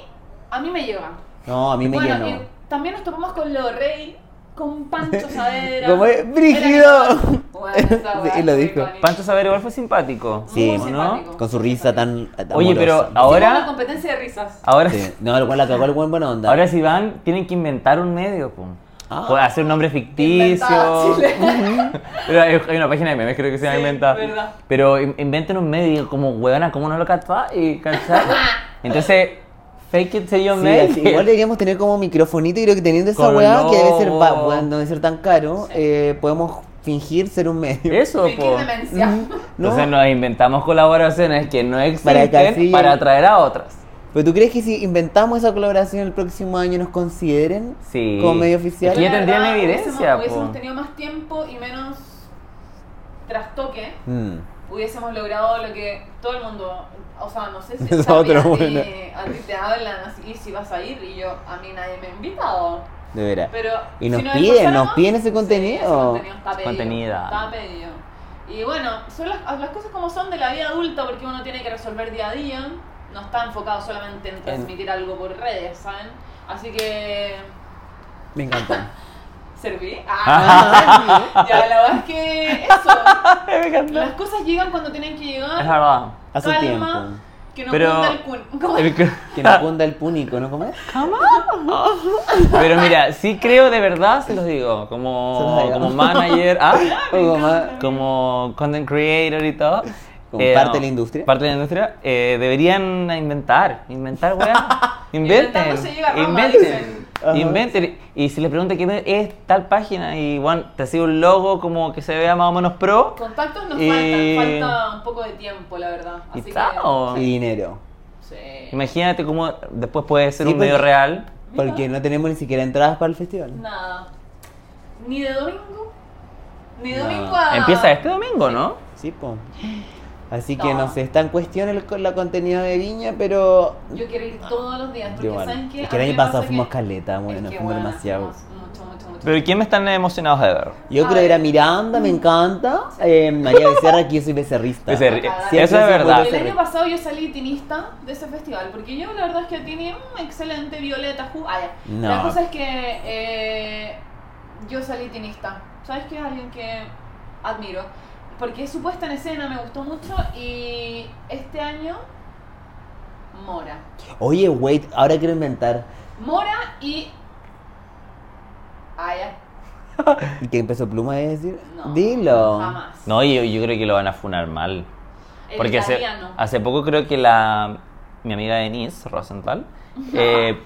a mí me llega.
No, a mí me
bueno, eh,
llenó.
y también nos topamos con Lo Rey, con Pancho Saavedra.
Como es,
Era
"Brígido".
mi- Bueno, esa
Sí,
weá
lo
fue
dijo.
icónica.
Pancho Saber igual fue simpático.
Sí.
¿o no?
simpático.
Con su risa tan
Oye,
amorosa.
pero
Hicimos una
ahora.
competencia de risas.
Ahora
Sí. No, lo cual la cagó el buen buena onda.
Ahora si van, tienen que inventar un medio, po.
Ah.
O hacer un nombre
Inventado,
ficticio. Pero hay hay una página de memes, creo que se llama
Sí,
Inventa.
verdad.
Pero in- inventen un medio y digan como, huevona, ¿cómo no lo cachás? Y cachai. Entonces, fake it till you
Sí,
make
así,
it.
igual deberíamos tener como microfonito y creo que teniendo esa
Con
weá
logo.
que debe ser pa- bueno, no debe ser tan caro, eh, podemos fingir ser un medio.
Eso,
Fingir
po.
demencia.
Entonces nos inventamos colaboraciones que no existen
que
para,
así-
atraer a otras.
Pero tú crees que si inventamos esa colaboración el próximo año nos consideren
Sí.
como medio
Es que
oficial?
ya
La
tendrían
verdad,
evidencia,
Hubiésemos, hubiésemos
po.
tenido más tiempo y menos trastoque
Mm.
hubiésemos logrado lo que todo el mundo, o sea, no sé si
Es
a mí-
otro,
a, ti,
bueno.
a ti te hablan así, y si vas a ir, y yo, a mí nadie me ha invitado.
De veras.
Pero
Y nos
si
piden,
esforzáramos-
nos piden ese
Sí,
contenido.
ese contenido está pedido.
Contenida.
Está pedido. Y bueno, son las, las cosas como son de la vida adulta porque uno tiene que resolver día a día. No está enfocado solamente en transmitir algo por redes, ¿saben? Así que.
Me encantó.
¿Serví? Ah, no, serví. ya, la verdad es que eso. Las cosas llegan cuando tienen que llegar.
Es verdad.
A su
Calma,
tiempo.
Que no
Pero-
cunda el cun- ¿Cómo?
Que nos cunda el púnico, ¿no? ¿Cómo es?
Pero mira, sí creo de verdad, se los digo,
Se los
como,
digo.
como manager, ah,
O como más-
como content creator y todo. Eh,
Como parte de la industria.
Parte de la industria. eh, deberían inventar, inventar, weá. Inventen,
Inventando se llega a Roma,
inventen,
dicen.
Ajá.
inventen. Y si les preguntan qué es tal página y bueno, te sigue un logo como que se vea más o menos pro.
Contactos nos
Y-
Eh,
faltan, falta un poco de tiempo, la verdad.
Y
Así que.
chao.
Y dinero.
Sí.
Imagínate cómo después puede ser
Sí, pues.
un medio
porque-
real.
Porque no tenemos ni siquiera entradas para el festival.
Nada. Ni de domingo. Ni de
No.
domingo a.
Empieza este domingo, ¿no?
Sí, po. Así que
No.
no sé, está en cuestión el, la contenido de Viña, pero.
Yo quiero ir todos los días. Porque
Yo, bueno,
saben que.
es que el año pasado fuimos caleta, bueno,
nos
fuimos demasiado.
Mucho, mucho, mucho.
Pero ¿quién me están emocionados de ver?
Yo
A
quiero ir a
ver. Mm.
Miranda, me encanta. Eh, María Becerra, que yo soy becerrista.
Becerri-
Cagada.
Sí, eso
Siempre
es
se
verdad.
el
hacer-
año pasado yo salí tinista de ese festival, porque yo la verdad es que tiene un excelente violeta ju- Ah, ya.
No.
La cosa es que eh, yo salí tinista. ¿Sabes qué? Alguien que admiro. Porque su puesta en escena me gustó mucho y este año Mora.
Oye, wait, ahora quiero inventar.
Mora y... Ah, ya.
¿Y ¿Qué empezó Pluma a decir?
No,
Dilo.
Jamás.
No, yo, yo creo que lo van a funar mal.
El
Porque hace,
italiano.
hace poco creo que la mi amiga Denise Rosenthal. eh,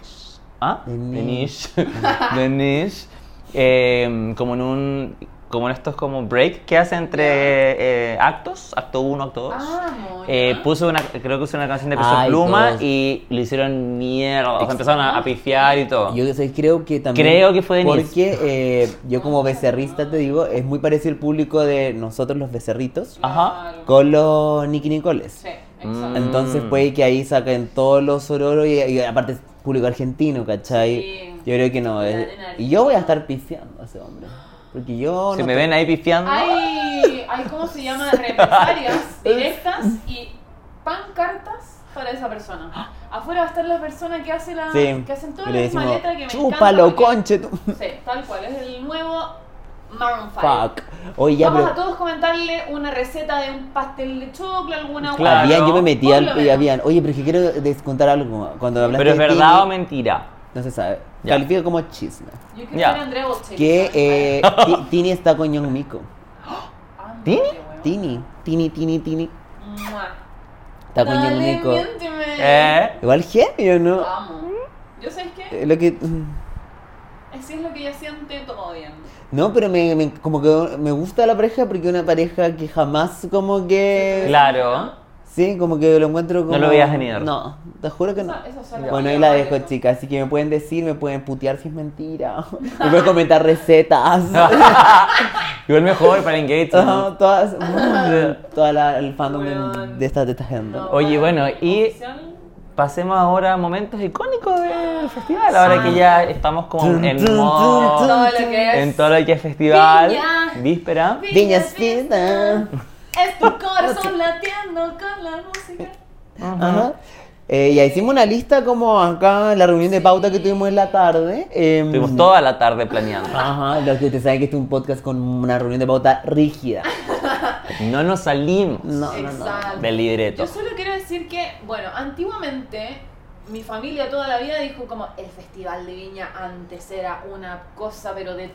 ¿Ah?
Denise.
Denise. Denise. eh, como en un. Como en estos como break que hace entre eh, actos, acto 1, acto 2.
Amo,
Eh,
Ah, ya.
puso una, creo que puso una canción de Peso
Ay,
Pluma
todos.
y lo hicieron mierda. O sea, empezaron a, a pifiar y todo.
Yo sé- creo que también.
Creo que fue Denise.
Porque eh, yo, como becerrista, te digo, es muy parecido el público de nosotros, los becerritos,
Ajá.
Claro.
con los Nicky Nicoles.
Sí, exacto.
Mm.
Entonces puede que ahí saquen todos los ororos y, y aparte es público argentino, ¿cachai?
Sí.
Yo creo que no.
La
es-
arena
y yo voy a estar pifiando a ese hombre. Porque yo
Si
no
me
te-
ven ahí pifiando.
Hay, hay ¿cómo se llama? Represalias directas y pancartas para esa persona. Afuera va a estar la persona que hace la
Sí.
Ah, que hacen toda
Y
la
le
misma
decimos,
letra que me
chúpalo,
encanta porque-
conche tu...
Sí, tal cual, es el nuevo Maroon 5.
Fuck. Oye, ya,
Vamos
pero...
a todos comentarle una receta de un pastel de choclo, alguna
Claro.
hueá.
Habían, yo me metí al,
Por lo
y
menos.
habían, oye, pero es que quiero descontar algo. Cuando hablaste
Pero es
de
verdad o
Tini,
mentira.
No se sabe.
Ya.
Califica como chisme.
Yo quiero
Ya.
ser Andrea Bocelli.
Que
¿sabes?
eh, Ti- Tini está con Young Miko.
Ah, no,
¿Tini?
qué huevo.
Tini, Tini, Tini, Tini.
Mua.
Está con Young
Dale,
Miko.
miénteme.
Eh.
Igual genio, ¿no?
Amo. Yo sabes qué?
Eh, Lo que...
Así es lo que ella siente, todo bien.
No, pero me, me- como que me gusta la pareja porque una pareja que jamás como que...
Claro.
Sí, como que lo encuentro como...
No lo veías venir.
No, te juro que no.
Eso- eso suena
bueno,
bien,
ahí la
vale,
dejo,
¿no?
chicas. Así que me pueden decir, me pueden putear si es mentira. Me pueden comentar recetas.
Igual mejor para engagement.
Ajá, todas, toda la, el fandom de,
Weón.
de esta, de esta gente.
No,
Oye, bueno, y-
oficial,
Pasemos ahora a momentos icónicos del festival. Ahora que ya estamos como
Tun,
en
tun, tun,
modo,
Todo lo que
en
es.
todo lo que es festival,
Viña.
víspera.
Viñas Fiesta.
Es tu corazón latiendo con la música.
Ajá. Eh, ya hicimos una lista como acá en la reunión de pauta que tuvimos en la tarde. Eh,
Estuvimos toda la tarde planeando.
Ajá, los que te saben que este es un podcast con una reunión de pauta rígida.
No nos salimos
No, no, no.
Exacto.
del libreto.
Yo solo quiero decir que, bueno, antiguamente mi familia toda la vida dijo como el festival de viña antes era una cosa, pero de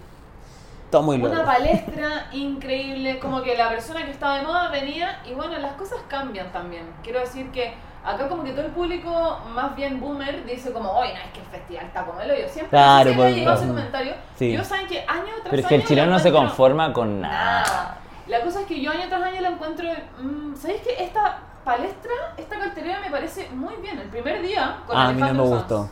Todo muy loco.
una palestra increíble, como que la persona que estaba de moda venía y bueno, las cosas cambian también. Quiero decir que acá como que todo el público, más bien boomer, dice como, oye, no, es que el festival está como el hoyo. Siempre
Claro,
no sé si acá
pues,
llegó ese
no.
comentario.
Sí.
Yo saben que año tras
Pero es que el
año
chileno
lo
no se
encuentro-
conforma con nada.
Nada. La cosa es que yo año tras año la encuentro. mm, ¿Sabéis que esta palestra, esta cartelera me parece muy bien? El primer día con
Ah, a mí no
Alejandro
me
Sanz,
gustó.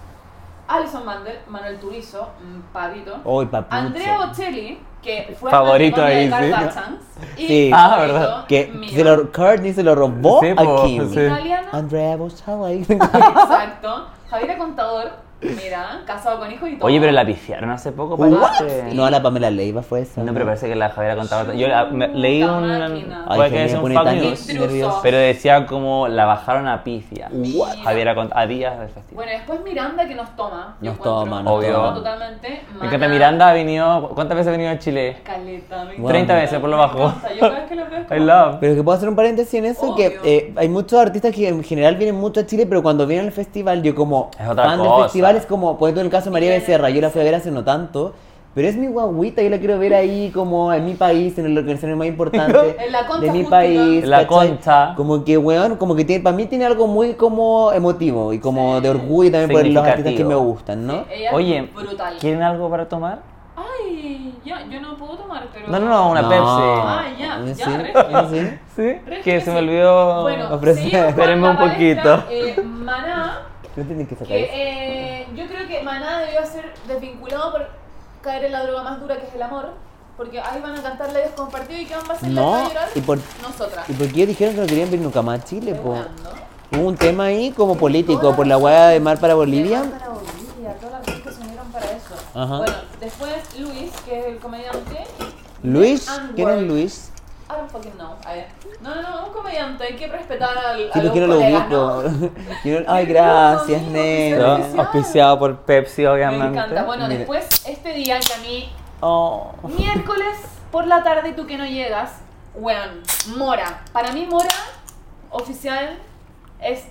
Alison Mandel, Manuel Turizo, mm, Pavito.
Uy, papucho.
Andrea Bocelli, que fue
Oh, Favorito
matrimonio
ahí,
de
sí.
Kardashians y
Sí.
Ah,
favorito
verdad.
Que
mío.
se lo, Courtney se lo robó
Sí, po,
a Kim.
sí.
italiana
Andrea Bocelli.
exacto Javier Contador mira casado con hijo y todo
Oye, pero la pifiaron hace poco,
What?
parece.
No, la Pamela Leiva fue esa.
No, pero parece que la Javiera contaba. Yo la- me- leí
Chuta
un.
máquina.
Ay,
Puede
que
que
me
sea un
pone
fact
tan
news,
Intruso.
nervioso.
Pero decía como la bajaron a pifia.
What?
Javiera Contador, a días del festival.
bueno después Miranda que nos toma yo
Nos
encuentro,
toma, nos
Obvio. toma.
totalmente
Me encanta,
Maná,
Miranda ha venido. ¿Cuántas veces ha venido a Chile?
Caleta, me
Wow.
30
encanta,
veces, por lo
me
bajo.
encanta. Yo cada vez que los veo es
I
como-
love.
Pero que puedo hacer un paréntesis en eso,
Obvio.
que eh, hay muchos artistas que en general vienen mucho a Chile, pero cuando vienen al festival, yo como
Es otra
fan del
cosa.
festival, es como, por ejemplo, en el caso de María
Vienen,
Becerra, yo la fui a ver hace no tanto, pero es mi guaguita, yo la quiero ver ahí como en mi país, en la organización más importante
En la concha
de mi
acústica.
país.
En
¿cachai?
la concha.
Como que, weón, como que tiene, para mí tiene algo muy como emotivo y como de orgullo también por los artistas que
Significativo.
me gustan, ¿no?
Ella es
Oye,
brutal.
¿quieren algo para tomar?
Ay, ya, yo no puedo tomar, pero.
No, no, no, una
No.
Pepsi.
Ah, ya, ya,
Sí,
regia.
sí.
¿Sí?
Pero es
Que se me
sí.
olvidó
Bueno,
ofrecer.
seguimos con
Espérenme
la
un poquito.
palestra, eh, Maná,
No tienen que sacar
que
eso.
eh, yo creo que Maná debió ser desvinculado por caer en la droga más dura que es el amor. Porque ahí van a cantar labios compartidos y que ambas se
No,
las va a llorar.
y por-
Nosotras.
¿Y por qué dijeron que no querían venir nunca más a Chile, po?
Jugando.
Hubo un tema ahí como político por la hueá de Mar para
Que van
Bolivia.
para Bolivia, todas las cosas que se unieron para eso.
Ajá.
Bueno, después Luis, que es el comediante.
Luis,
And
¿quién es
World.
Luis?
I don't fucking know. A ver. No, no, no, un comediante, hay que respetar al.
Si
a
lo
los
quiero lo
colegas,
ubico.
¿no?
Yo no- Ay,
Yo
gracias,
conmigo,
negro.
oficial.
Auspiciado por Pepsi,
Me
obviamente.
encanta. Bueno,
Mira.
después, este día que a mí,
Oh.
miércoles por la tarde, tú que no llegas, weón, Mora. Para mí, Mora, oficial, es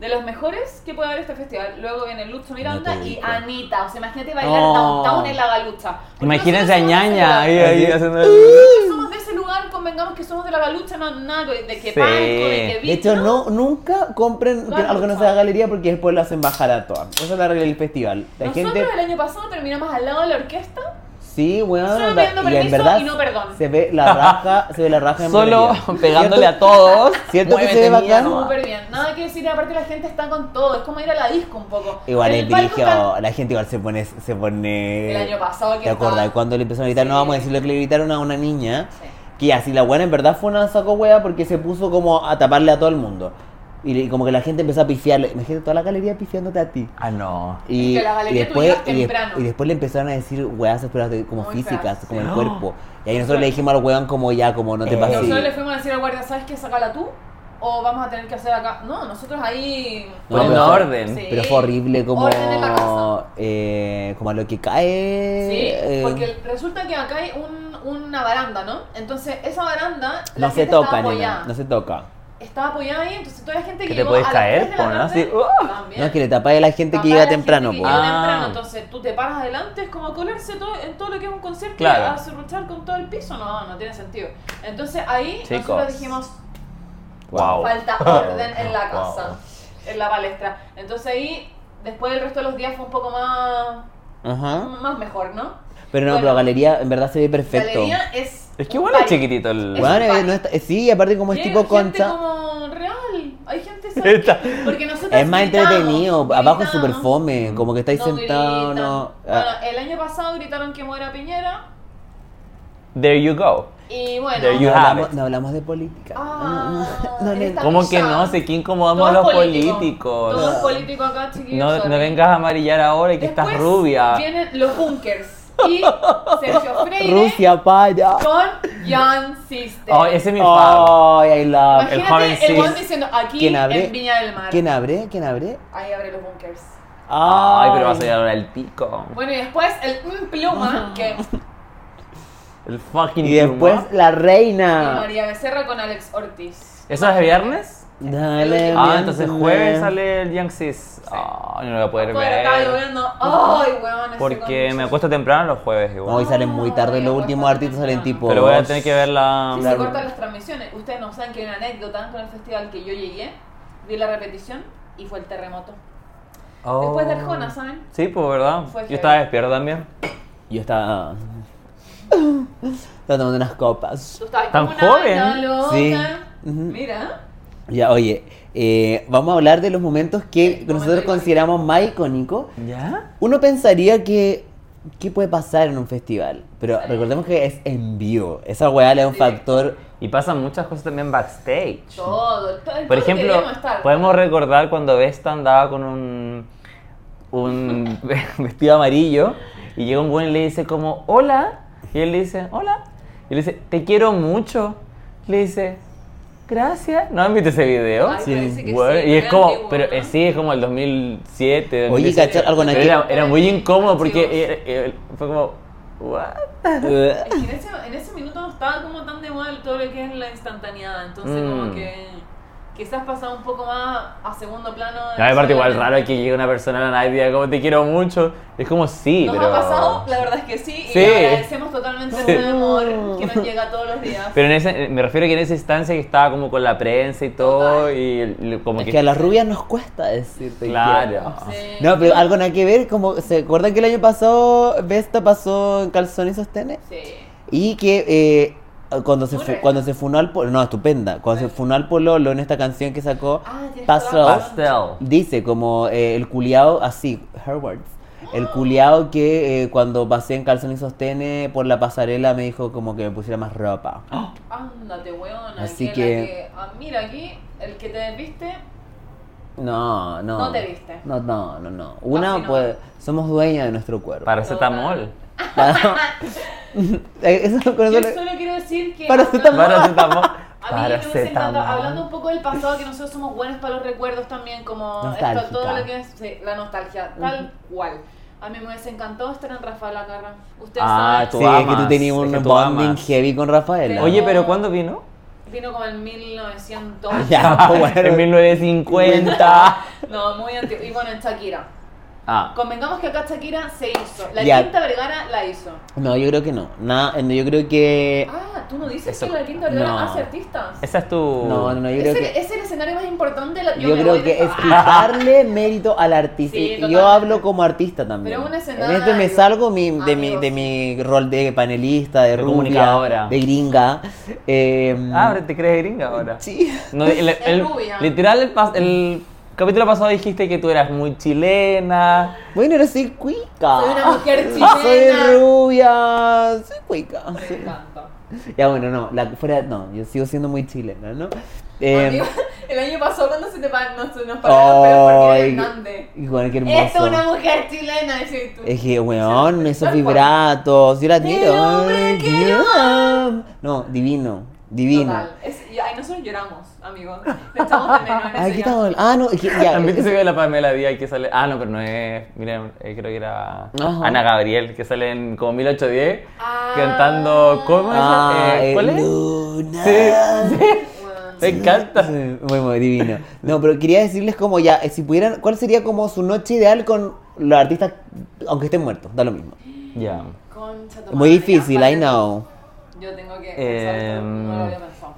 de los mejores que puede haber este festival. Luego viene Lucho Miranda
te
y
ubico.
Anita. O sea, imagínate bailar
Oh.
downtown en la galucha. Porque
Imagínense a
nosotros somos de ese
ñaña
lugar.
ahí, ahí haciendo el.
Nosotros somos de ese lugar, convengamos que somos de la galucha, no nada de que
Sí.
palco, de que
De hecho,
beat,
no, nunca compren
Claro,
algo que no
claro.
sea galería porque después lo hacen bajar a todas. Esa es la regla del festival. La
Nosotros
gente.
el año pasado terminamos al lado de la orquesta.
Sí, weón.
Solo
onda,
pidiendo
y en
permiso
verdad
y no perdón.
se ve la raja, se ve la raja en
Solo
galería.
pegándole a
¿Cierto?
todos.
¿Cierto que se ve
Muévete, mía,
bacán?
nomás.
Súper bien. Nada que decir, aparte la gente está con todo. Es como ir a la disco un poco.
Igual
En
es
palco
brillo, la gente igual se pone, se pone.
El año pasado que
¿Te acordás
estaba-
cuando le empezaron a gritar? No
Sí.
vamos a decir lo que le gritaron a una niña.
Sí.
Que así la buena en verdad fue una saco hueá porque se puso como a taparle a todo el mundo. Y, le- como que la gente empezó a pifiarle. Imagínate toda la galería pifiándote a ti.
Ah, no.
Y,
Es que la galería
y
tú
después,
llegas
y, de-
temprano.
y después le empezaron a decir weas pero de- como
Muy
físicas,
feas,
como
sí.
el cuerpo. Y ahí nosotros le dijimos al weón como ya, como no te
Eh.
pases.
Nosotros
Sí.
le fuimos a decir al guardia, ¿sabes qué? Sacala tú. O vamos a tener que hacer acá. No, nosotros ahí.
No,
Poniendo
pero-
orden.
Sí.
Pero fue horrible como,
Orden en la casa.
eh, como a lo que
Sí,
cae. eh,
porque resulta que acá hay un- una baranda, ¿no? Entonces, esa baranda. La
no se
gente
toca,
estaba
nena,
apoyada.
no se toca.
estaba apoyada ahí, entonces toda la gente que
Que te
llegó
puedes
a las
caer,
3 de la
po, ¿no?
tarde,
Así, ¡uh!
también.
No, es que le tapáis a la gente que
Papá,
llega
la
temprano.
gente
po.
que llega
Ah.
temprano, entonces tú te paras adelante, es como colarse todo, en todo lo que es un concierto
Claro.
y acerruchar con todo el piso, no, no tiene sentido. Entonces ahí nosotros
Chicos.
dijimos,
Wow.
falta orden en la
Wow.
casa, en la palestra. Entonces ahí, después del resto de los días fue un poco más,
Ajá.
más mejor, ¿no?
Pero no,
Bueno.
pero galería en verdad se ve perfecto.
Galería es...
Es que
un
bueno, es
party.
chiquitito el.
Bueno,
Weón,
es un
eh, no está- eh, sí, aparte como es
Llega
tipo
gente
concha.
como real, hay gente
Está-
cerca. Porque nosotros
Es más entretenido, abajo es súper
super
fome, como que estáis
No
sentados,
gritan.
no.
Bueno,
ah,
el año pasado gritaron que muera Piñera
There you go.
y bueno.
There you
no,
have
hablamos,
it.
no hablamos de política.
Ah,
no, no, no,
esta-
no.
¿Cómo que
cosa.
no? Se que incomodamos
todos
a los
políticos,
políticos.
Todos políticos acá, chiquillos.
No,
sorry.
no vengas a amarillar ahora y que estás
Después
rubia.
Vienen los bunkers y Sergio Freire
Rusia, para.
con Jan Sister.
Oh, ese es mi favor.
Ay, I love.
el
Imagínate
joven
el,
Sis.
guante diciendo aquí
¿Quién abre?
en Viña del Mar.
¿Quién abre? ¿Quién abre?
Ahí abre los bunkers.
Ay, pero vas a llegar ahora el pico.
Bueno, y después el mm, Pluma, que
El fucking
Y después
pluma.
la
Ah.
y
reina.
María Becerra con Alex Ortiz.
¿Eso es de viernes?
Dale.
Ah,
mi
entonces
amor.
jueves sale el Young Sis. Ah, yo no lo voy a poder
Bueno, estaba
ver.
lloviendo. Ay, weón. ese
Porque
concha.
me acuesto temprano los jueves
No, y
igual.
salen muy tarde. Los últimos artistas salen tipo.
Pero voy a tener que ver
Sí,
la.
se cortan las transmisiones. Ustedes no saben que hay una anécdota con el festival que yo llegué, vi la repetición y fue el terremoto.
Oh.
Después de Arjona, ¿saben?
Sí, pues verdad.
Fue
Yo estaba
heavy.
despierto también.
Yo estaba. Estaba tomando unas copas.
Tú estabas
Tan
como
joven.
Una vaina loca.
Sí. Ujú.
Mira.
Ya, oye, eh, vamos a hablar de los momentos que
El momento
nosotros
icónico.
consideramos más icónicos.
¿Ya?
Uno pensaría que ¿Qué puede pasar en un festival? Pero recordemos que es en vivo. Esa weá le da un
Sí.
factor.
Y pasan muchas cosas también backstage.
Todo, todo, todo
Por
lo que
ejemplo,
queríamos estar.
podemos recordar cuando Vesta andaba con un, un vestido amarillo y llega un buen y le dice como, hola. Y él le dice, hola. Y le dice, te quiero mucho. Le dice, gracias. ¿No han visto ese video?
Ay, parece que
Bueno,
sí,
y es
muy
como,
antiguo,
pero
¿no?
eh, sí, es como el 2007.
Oye,
2018.
cachar algo en
Pero
aquel-
era, era muy incómodo porque
Sí, vos.
era- era- fue como, ¿what?
Eh,
Es que en, ese, en ese minuto no estaba como tan de moda todo lo que es la instantaneidad, entonces
Mm.
como que quizás pasaba un poco más a segundo plano.
No, aparte igual raro que llegue una persona a la night y diga como te quiero mucho. Es como sí,
Nos
pero...
ha pasado, la verdad es que sí, y
Sí.
agradecemos totalmente
Sí.
ese amor que nos llega todos los días.
Pero en ese, me refiero que en esa instancia que estaba como con la prensa y todo
Total.
y el- como
Es
que...
que a las rubias nos cuesta decirte.
Claro.
Sí.
No, pero algo nada que ver, como se acuerdan que el año pasado Vesta pasó en calzón y sostenes
Sí.
y que eh, cuando se
Muy
fu-
bien.
cuando se funó al pololo, no, estupenda, cuando se
Sí.
funó al pololo en esta canción que sacó
Ah, tienes
Pastel,
toda la
razón. Pastel.
dice como eh, el culiao así, her words. El culiao que eh, cuando pasé en calzón y sostenes por la pasarela me dijo como que me pusiera más ropa.
Ándate, weona.
Así
la
que-
ah, mira, aquí el que te despiste
No, no.
No te viste.
No, no, no, no. Una
Así no.
pues somos dueñas de nuestro cuerpo.
Paracetamol.
Eh, Eso- con eso
Yo
le-
solo quiero decir que.
Paracetamol.
hablando-
Paracetamol.
A mí me hubiese encantado, hablando
Paracetamol.
un poco del pasado, que nosotros somos buenos para los recuerdos también, como
Nostálgica.
esto, todo lo que es sí, la nostalgia, tal cual. A mí me hubiese encantado estar en Rafael Lacarra. Ustedes
Ah,
Sí,
tú
saben,
es que tú
amas,
tenías
es
un
que tú
bonding
amas.
heavy con Rafaela.
Sí.
Oye, pero ¿cuándo vino?
vino como en
Ah,
1900.
Ya, pues, bueno.
en 1950.
No, muy antiguo. Y bueno, en Shakira.
ah,
Convengamos que acá Shakira se hizo. La
Ya.
Quinta Vergara la hizo.
No, yo creo que no. Nada, no, yo creo que.
Ah, tú no dices
Eso-
que la Quinta Vergara
no.
hace artistas.
esa es tu...
No, no, no, yo
Es
creo
el,
que.
es el escenario más importante. La,
Yo
me
creo
voy de-
que es
Ah,
quitarle mérito al artista.
Sí,
Y- y
totalmente.
yo hablo como artista también.
Pero un
En este me
escenario,
salgo mi- de, mi,
amigos.
de mi rol de panelista, de,
De
rubia,
comunicadora.
de gringa. Eh,
Ah, ahora te crees gringa ahora.
Sí.
No, el- el-
rubia.
literal, el, pas- el capítulo pasado dijiste que tú eras muy chilena.
Bueno, ahora soy cuica.
Soy una mujer chilena.
Soy rubia. Soy cuica.
Ah, Me encanta.
Ya bueno, no, la, fuera, no, yo sigo siendo muy chilena, ¿no? Eh,
Amigo, el año pasado cuando se te pa- nos, nos pararon pero por Miguel
ay,
Hernández.
igual que hermoso.
Esta es una mujer chilena, decís tú.
Es que, weón, me hizo
Tal cual.
vibratos, yo la admiro.
El hombre
ay,
que
yo amo. No, divino, divino.
Total. Es- y- ay, nosotros lloramos, amigos. Le echamos de menos en
Ay,
ese
¿qué
ya.
tal? Ah, no, es que ya.
También se ve la Pamela Díaz que sale. Ah, no, pero no es. Mira, eh, creo que era
Ajá.
Ana Gabriel, que sale en como 1810
Ah.
cantando. ¿Cómo es?
Ah,
esa? Eh, ¿Cuál
el
es?
Luna.
Sí, sí,
Bueno,
me encanta.
Sí, Muy, muy divino. No, pero quería decirles como ya, eh, si pudieran, ¿cuál sería como su noche ideal con los artistas, aunque estén muertos? Da lo mismo.
Ya.
concha tu
Muy
madre,
difícil,
ya,
I know. Em,
Yo tengo que pensar
Eh,
esto, no lo había pensado.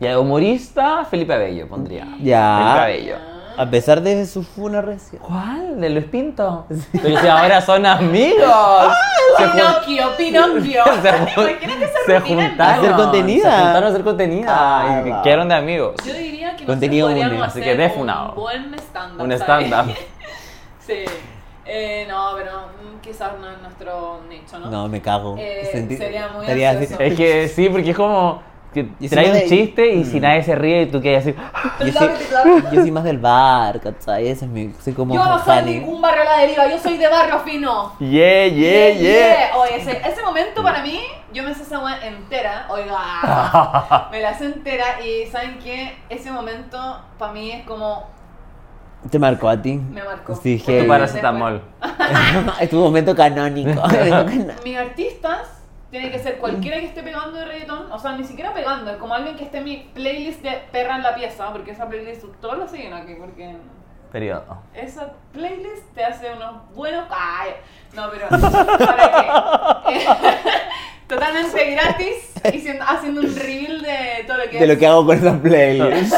Ya, humorista, Felipe Abello pondría.
Ya.
Felipe Abello.
Ah.
A pesar de su funa recién.
¿Cuál? ¿De Luis Pinto? Pero si ahora son amigos. Se jun-
Pinocchio, Pinocchio.
se jun-
Imagínate esa
se
rutina en
juntaron.
Hacer contenida.
Se juntaron a hacer contenida. y
Claro.
quedaron de amigos.
Yo diría que
Contenido
nosotros podríamos
único,
así
hacer
que defunado.
un buen stand-up.
Un
¿sabes?
stand-up.
sí. Eh, no, pero mm, quizás no es nuestro nicho, ¿no?
No, me cago.
Eh, sería muy
estaría así.
ansioso.
Es que sí, porque es como que
Y si
trae
no
un
le- Mm.
chiste y si nadie se ríe, tú quedas así.
Yo
Claro,
soy,
claro.
yo soy más del bar, ¿cachai? Ese es mi, soy como
Yo no soy
Fanny.
ningún barrio a la deriva, yo soy de barrio fino.
Yeah, yeah, yeah.
Oye, ese, ese momento para mí, yo me sé esa weá entera, oiga, me la sé entera y ¿saben qué? Ese momento para mí es como,
¿Te marcó a ti?
Me marcó.
Sí,
Tú
Tu
heavy.
paras-
paracetamol.
es tu momento canónico.
mis artistas tienen que ser cualquiera que esté pegando de reggaetón, o sea, ni siquiera pegando, es como alguien que esté en mi playlist de Perra en la pieza, porque esa playlist todos la siguen aquí, porque
Periodo.
esa playlist te hace unos buenos... ¡Ay! No, pero... ¿Para qué? Totalmente gratis y siendo- haciendo un reveal de todo lo que
de
es.
lo que hago con esa playlist.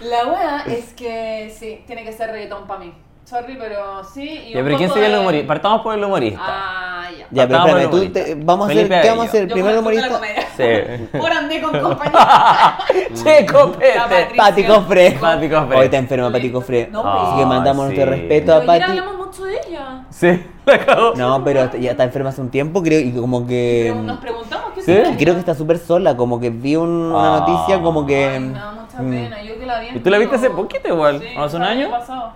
La wea es que sí, tiene que ser reggaetón para mí. Sorry, pero sí. Y
Ya,
un
pero ¿quién
poco
sería el
de-
humorista? Partamos por el humorista.
Ah, ya.
ya, pero
Partamos
espérame,
del
tú
humorista.
te- vamos a hacer,
Felipe
¿qué vamos a hacer?
Abello.
El primer humorista.
Sí.
Por andé con compañía.
Che, copete.
Patricia.
Pati Cofre.
Pati Cofre.
Hoy está enferma Pati Cofre.
No,
Así que
Ah,
mandamos
sí.
nuestro respeto
Pero
a
ayer
Pati.
hablamos muy mucho de ella.
Sí, la cagó.
No, pero hasta- ya está enferma hace un tiempo, creo, y como que.
Pero nos preguntamos qué
¿sí?
se
y Eh, creo que está súper sola, como que vi un- una
Ah.
noticia como que.
Ay, me da mucha
mm,
pena. Yo que la vi en
¿Y tú la viste
vivo.
hace poquito igual?
Sí,
¿Hace un
el
año?
pasado.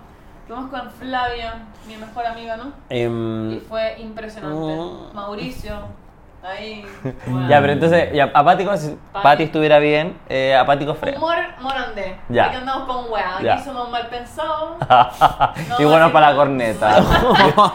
Fuimos con Flavia, mi mejor amiga, ¿no?
em,
Mm.
Y fue impresionante.
Oh.
Mauricio, ahí. bueno.
Ya, pero entonces, ya, apático, si
Pati.
Pati estuviera bien, eh, apático frena.
Humor morandé.
Ya.
Aquí andamos con weá. Aquí
Ya.
somos mal pensados.
Ah, y
No,
bueno
sí,
para la
no.
corneta.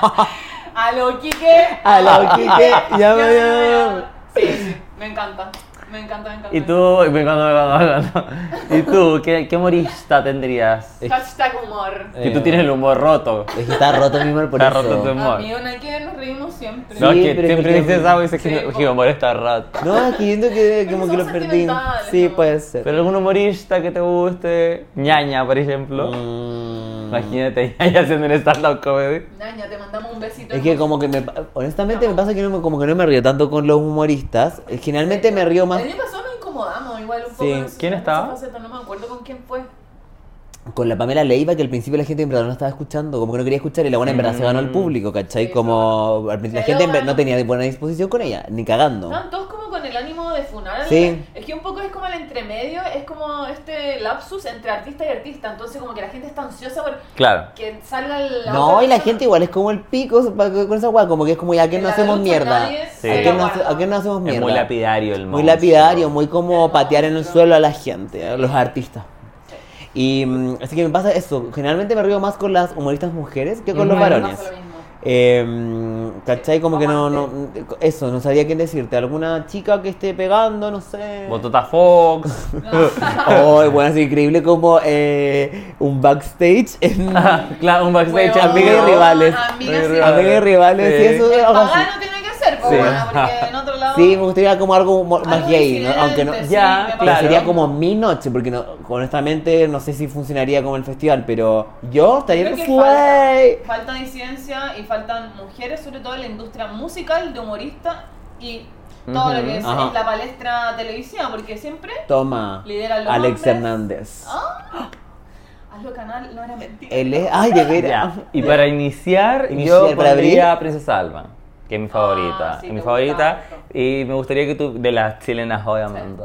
A lo Quique.
A la Quique, ya me
Sí, sí. Me encanta. Me encanta, me encanta.
y tú, y cuando- cuando- cuando- y tú, ¿qué, qué humorista tendrías?
Hashtag humor.
Que tú tienes el humor roto.
Es que está roto mi humor por
Está
eso.
roto tu humor.
Amigo, en aquí nos reímos siempre.
No,
Sí,
es que
pero
siempre
es que-
dices algo y dices que
Sí,
que mi humor está roto.
No, es que siento que
Pero
como que
son
lo perdí.
sentimentales,
Sí,
¿no?
puede ser.
Pero algún humorista que te guste, ñaña, por ejemplo.
Mm.
Imagínate, ñaña haciendo un stand-up comedy.
Naña, te mandamos un besito.
Es que como que me, honestamente me pasa que no me, como que no me río tanto con los humoristas. Eh, Generalmente me río más
El año pasado nos incomodamos igual un poco.
Sí.
en esa-
¿Quién
en
estaba?
esa faceta, No me acuerdo con quién fue.
con la Pamela Leiva que al principio la gente en verdad no estaba escuchando, como que no quería escuchar y la buena en verdad se ganó
Mm.
al público, ¿cachai?
Sí,
Como al principio la
Se
gente en
lo
verdad
ganó.
no tenía buena disposición con ella, ni cagando.
Estaban todos como con el ánimo de funar. al-
Sí.
Es que un poco es como el entremedio, es como este lapsus entre artista y artista. Entonces como que la gente está ansiosa por
Claro.
que salga la
No,
otra
y la
persona.
gente igual es como el pico se- pa- con esa guay, como que es como ya ¿a qué
En
no
la
hacemos
lucha
mierda.
nadie
se
¿A qué no,
aguanta.
hace- a qué no hacemos mierda?
Es muy lapidario el monstruo.
Muy lapidario, muy como patear en el
monstruo.
suelo a la gente, a los artistas. Y mm, así que me pasa eso. Generalmente me río más con las humoristas mujeres que con los
Bueno,
varones.
pasa lo mismo.
Eh, ¿Cachai? Como que no, no.
Aguante.
Eso, no sabía quién decirte. ¿Alguna chica que esté pegando? No sé.
Botota Fox.
Oh, bueno, es increíble como eh, un backstage en.
claro, un backstage.
Weón,
amiga y rivales.
Amiga y
A ver, rivales, y eso.
El
algo
pagar
así.
no tiene que ser, pues,
Sí.
bueno, porque en otro lado...
Sí, me gustaría como algo mo- más
Algo
gay, ¿no?
disidente,
aunque no.
sí,
Ya,
me parece.
Pero
claro.
sería como mi noche, porque no, honestamente no sé si funcionaría como el festival, pero yo estaría
Creo que
en Subway.
falta, falta disidencia y faltan mujeres, sobre todo en la industria musical, de humorista y todo lo que es,
Ujú, ajá.
es la palestra televisiva, porque siempre
Toma,
Lidera los
Alex
hombres.
Hernández.
hazlo canal, no era mentira.
Él es. ¡Ay, de veras!
Ya, Y para iniciar,
Iniciar
yo
para
pondría
abrir.
a Princesa Alba, que es mi favorita.
Ah, sí,
es
me
mi
gusta
favorita.
harto.
Y me gustaría que tú, de las chilenas, obviamente.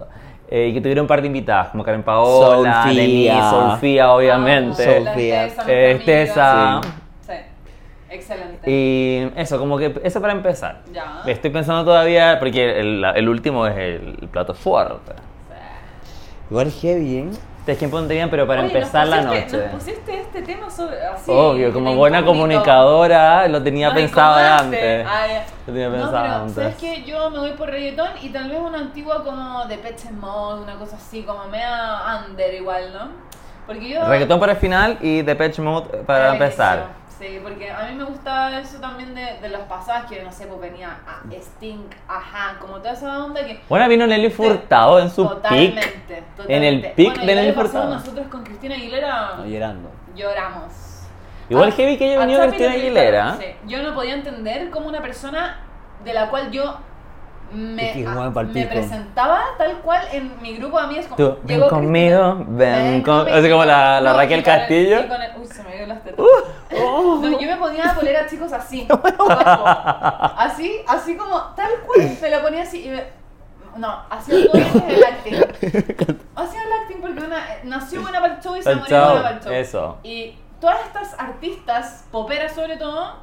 eh, que tuviera un par de invitadas, como Karen Paola,
Sofía.
Denise, Sofía, obviamente.
Sofía.
Eh, Tessa.
Tessa. Ah, Sí. Excelente.
Y eso, como que eso para empezar.
Ya.
Ah. Estoy pensando todavía, porque el, el último es el plato fuerte.
Igual es heavy, ¿eh?
Ah.
Ustedes quién pondrían, pero para
Oye, nos
empezar la
pusiste-
noche.
Nos pusiste este tema sobre, así.
Obvio, como
de
buena
incógnito.
comunicadora, lo tenía
Nos
pensado de
incomodaste.
antes.
Ah, ya.
Lo tenía
no,
pensado
pero,
antes.
¿sabes qué? Yo me voy por reggaetón y tal vez una antigua como de Pet Mode, una cosa así, como media under igual, ¿no? Porque yo...
Reggaetón para el final y Depeche Mode para
el
empezar.
inicio, Sí, porque a mí me gustaba eso también de, de los pasajes, que no sé, pues venía a Stink, ajá, como toda esa onda que...
Bueno, vino Nelly Furtado en su
totalmente,
pick.
totalmente.
En el pic
Bueno, y
de
el
Nelly
año pasado
Furtado.
Nosotros con Cristina Aguilera
eh.
No, llorando.
lloramos.
Igual
Ah,
heavy que haya
a
venido
Chapi
Cristina
lo
Aguilera.
entrevistaron, sí. Yo no podía entender cómo una persona de la cual yo me,
Es que es como
a-
el palpico.
me presentaba tal cual en mi grupo de amigos. como,
Tú, ven
llegó Cristina,
conmigo, ven con... Así como la, la
No,
Raquel
y con el-
Castillo. Uh, oh.
y con el- uy, se me dio las tetas. No, yo me ponía la polera, chicos, así. abajo. así, así como, tal cual, me la ponía así y me- No, hacía todo el acting. Hacía el acting porque una, eh, nació buena para el show y se
Al
murió buena para el
show,
show.
eso.
Y todas estas artistas, poperas sobre todo,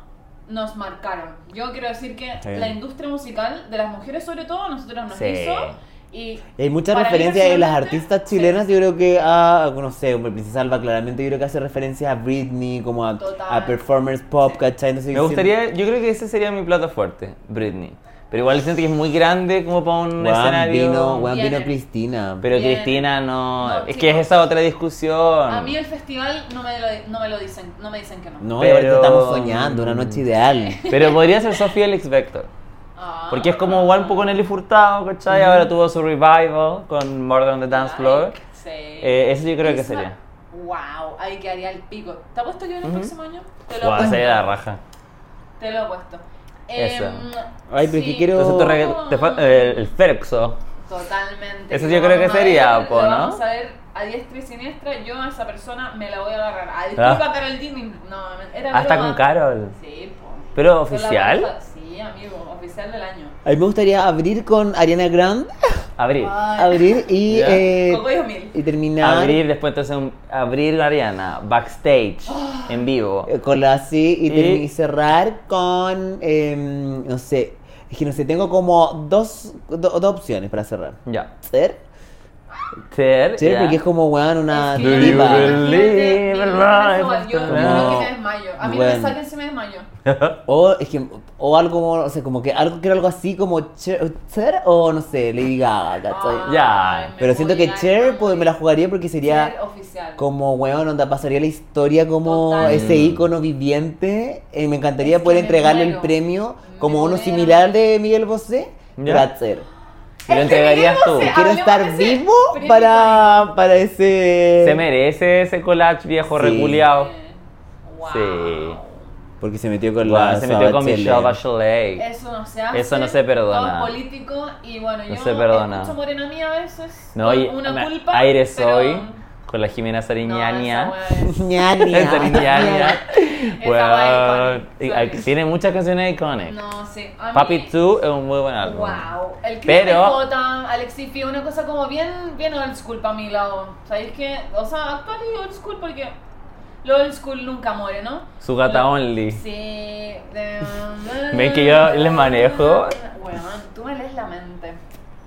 nos marcaron. Yo quiero decir que
Está bien.
la industria musical de las mujeres sobre todo, a nosotros nos
Sí.
hizo. Y
Y Hay muchas
para mí
referencias de las
personalmente,
artistas
sí.
chilenas, yo creo que a, no sé, como Princesa Alba claramente, yo creo que hace referencias a Britney, como a,
Total.
a performers pop,
Sí.
¿cachai? Entonces,
Me
yo siento-
gustaría, yo creo que ese sería mi plato fuerte, Britney. Pero igual siento que es muy grande como para un
Guau,
escenario.
vino, guau, vino
Viene.
Cristina.
Pero
Bien.
Cristina no.
No,
es que es
chicos.
esa otra discusión.
A mí el festival no me lo, no me lo dicen, no me dicen que no.
no,
pero-
ahorita estamos soñando, una noche ideal.
Pero podría ser Sofía Alex Vector.
Ah.
Porque es como igual un poco Nelly Furtado, ¿cachai? Ahora tuvo su revival con Murder on the Dance Floor.
Like, sí.
Eh, eso yo creo que
Esa-
sería.
Wow, ahí quedaría el pico. ¿Te apuesto que viene el próximo año? Te lo
Guau,
apuesto.
sería la raja.
Te lo apuesto.
Eso.
Em,
Ay, pero es que quiero-
Entonces tu regga- te fa- eh, el Ferxo.
Totalmente.
Eso
Que
yo
lo
creo que
vamos a
sería,
ver,
po,
lo
¿no?
Vamos a ver a diestra y siniestra, yo a esa persona me la voy a agarrar. A disculpa, Carol Dini. No, era
Ah. Hasta
broma.
con Carol.
Sí, po.
Pero
Con la
oficial,
bruja- Sí, amigo, oficial del año.
A mí me gustaría abrir con Ariana Grande,
abrir.
Ah.
abrir y,
Ya.
eh,
Coco y Omil.
y terminar
Abrir, después entonces un- abrir Ariana, backstage, en vivo.
eh, con la así y,
Y-
termi- y cerrar con, em, no sé, es que no sé, tengo como dos, do- dos opciones para cerrar.
Ya.
Ser,
Ser,
ser
ya.
porque es como, weón, una
Es que
Do
yo
you
no-
diva.
believe
imagínate,
in
yo no
life
me
after
subo, Yo
love?
creo que me desmayo. A mí me
Bueno.
saquen si me desmayo.
O es que o algo como, o sea, como que algo que era algo así como Cher, Cher o no sé, Lady Gaga, ¿cachai?
Ay,
Ya.
Ah, me
Pero siento
voy
que
a
Cher pues, me la
desmayar.
jugaría porque sería
Cher oficial.
como weón, onda pasaría la historia como
Total.
ese
Mm.
ícono viviente. Eh, me encantaría
Es que
poder
me
entregarle el
muero.
premio
Me
como uno
muero.
similar de Miguel Bosé,
Ya.
pero a Cher.
Y lo entregarías tú.
Hablemos
Quiero
de
estar
ese
vivo
premio
para, para ese.
Se merece ese collage viejo
Sí.
reculeado.
Wow.
Sí.
Porque se metió con la.
Guau, se metió con
Bachelet.
Michelle Bachelet.
Eso no se hace.
Eso no se perdona.
Todo es político y bueno, yo
No se perdona.
escucho morena mía a veces.
No,
con
y
una
me-
culpa.
aire
pero-
soy con la Jimena
No, esa
Sariñania.
weá es-
Ñaña.
Sariñania.
Esa weá es
Weón.
icónica,
Y-
sorry.
ay, Tiene muchas canciones icónicas.
No, sí. a mí-
Papi 2 es un muy buen álbum.
Wow. El
Pero-
Pero... Jota, Alexis Fiu, una cosa como bien, bien old school para mi lado. ¿Sabéis que? O sea, actual y old school porque lo old school nunca muere, ¿no?
Su gata
Lo-
only.
Sí.
Ven que yo les manejo.
Bueno, tú me lees la mente,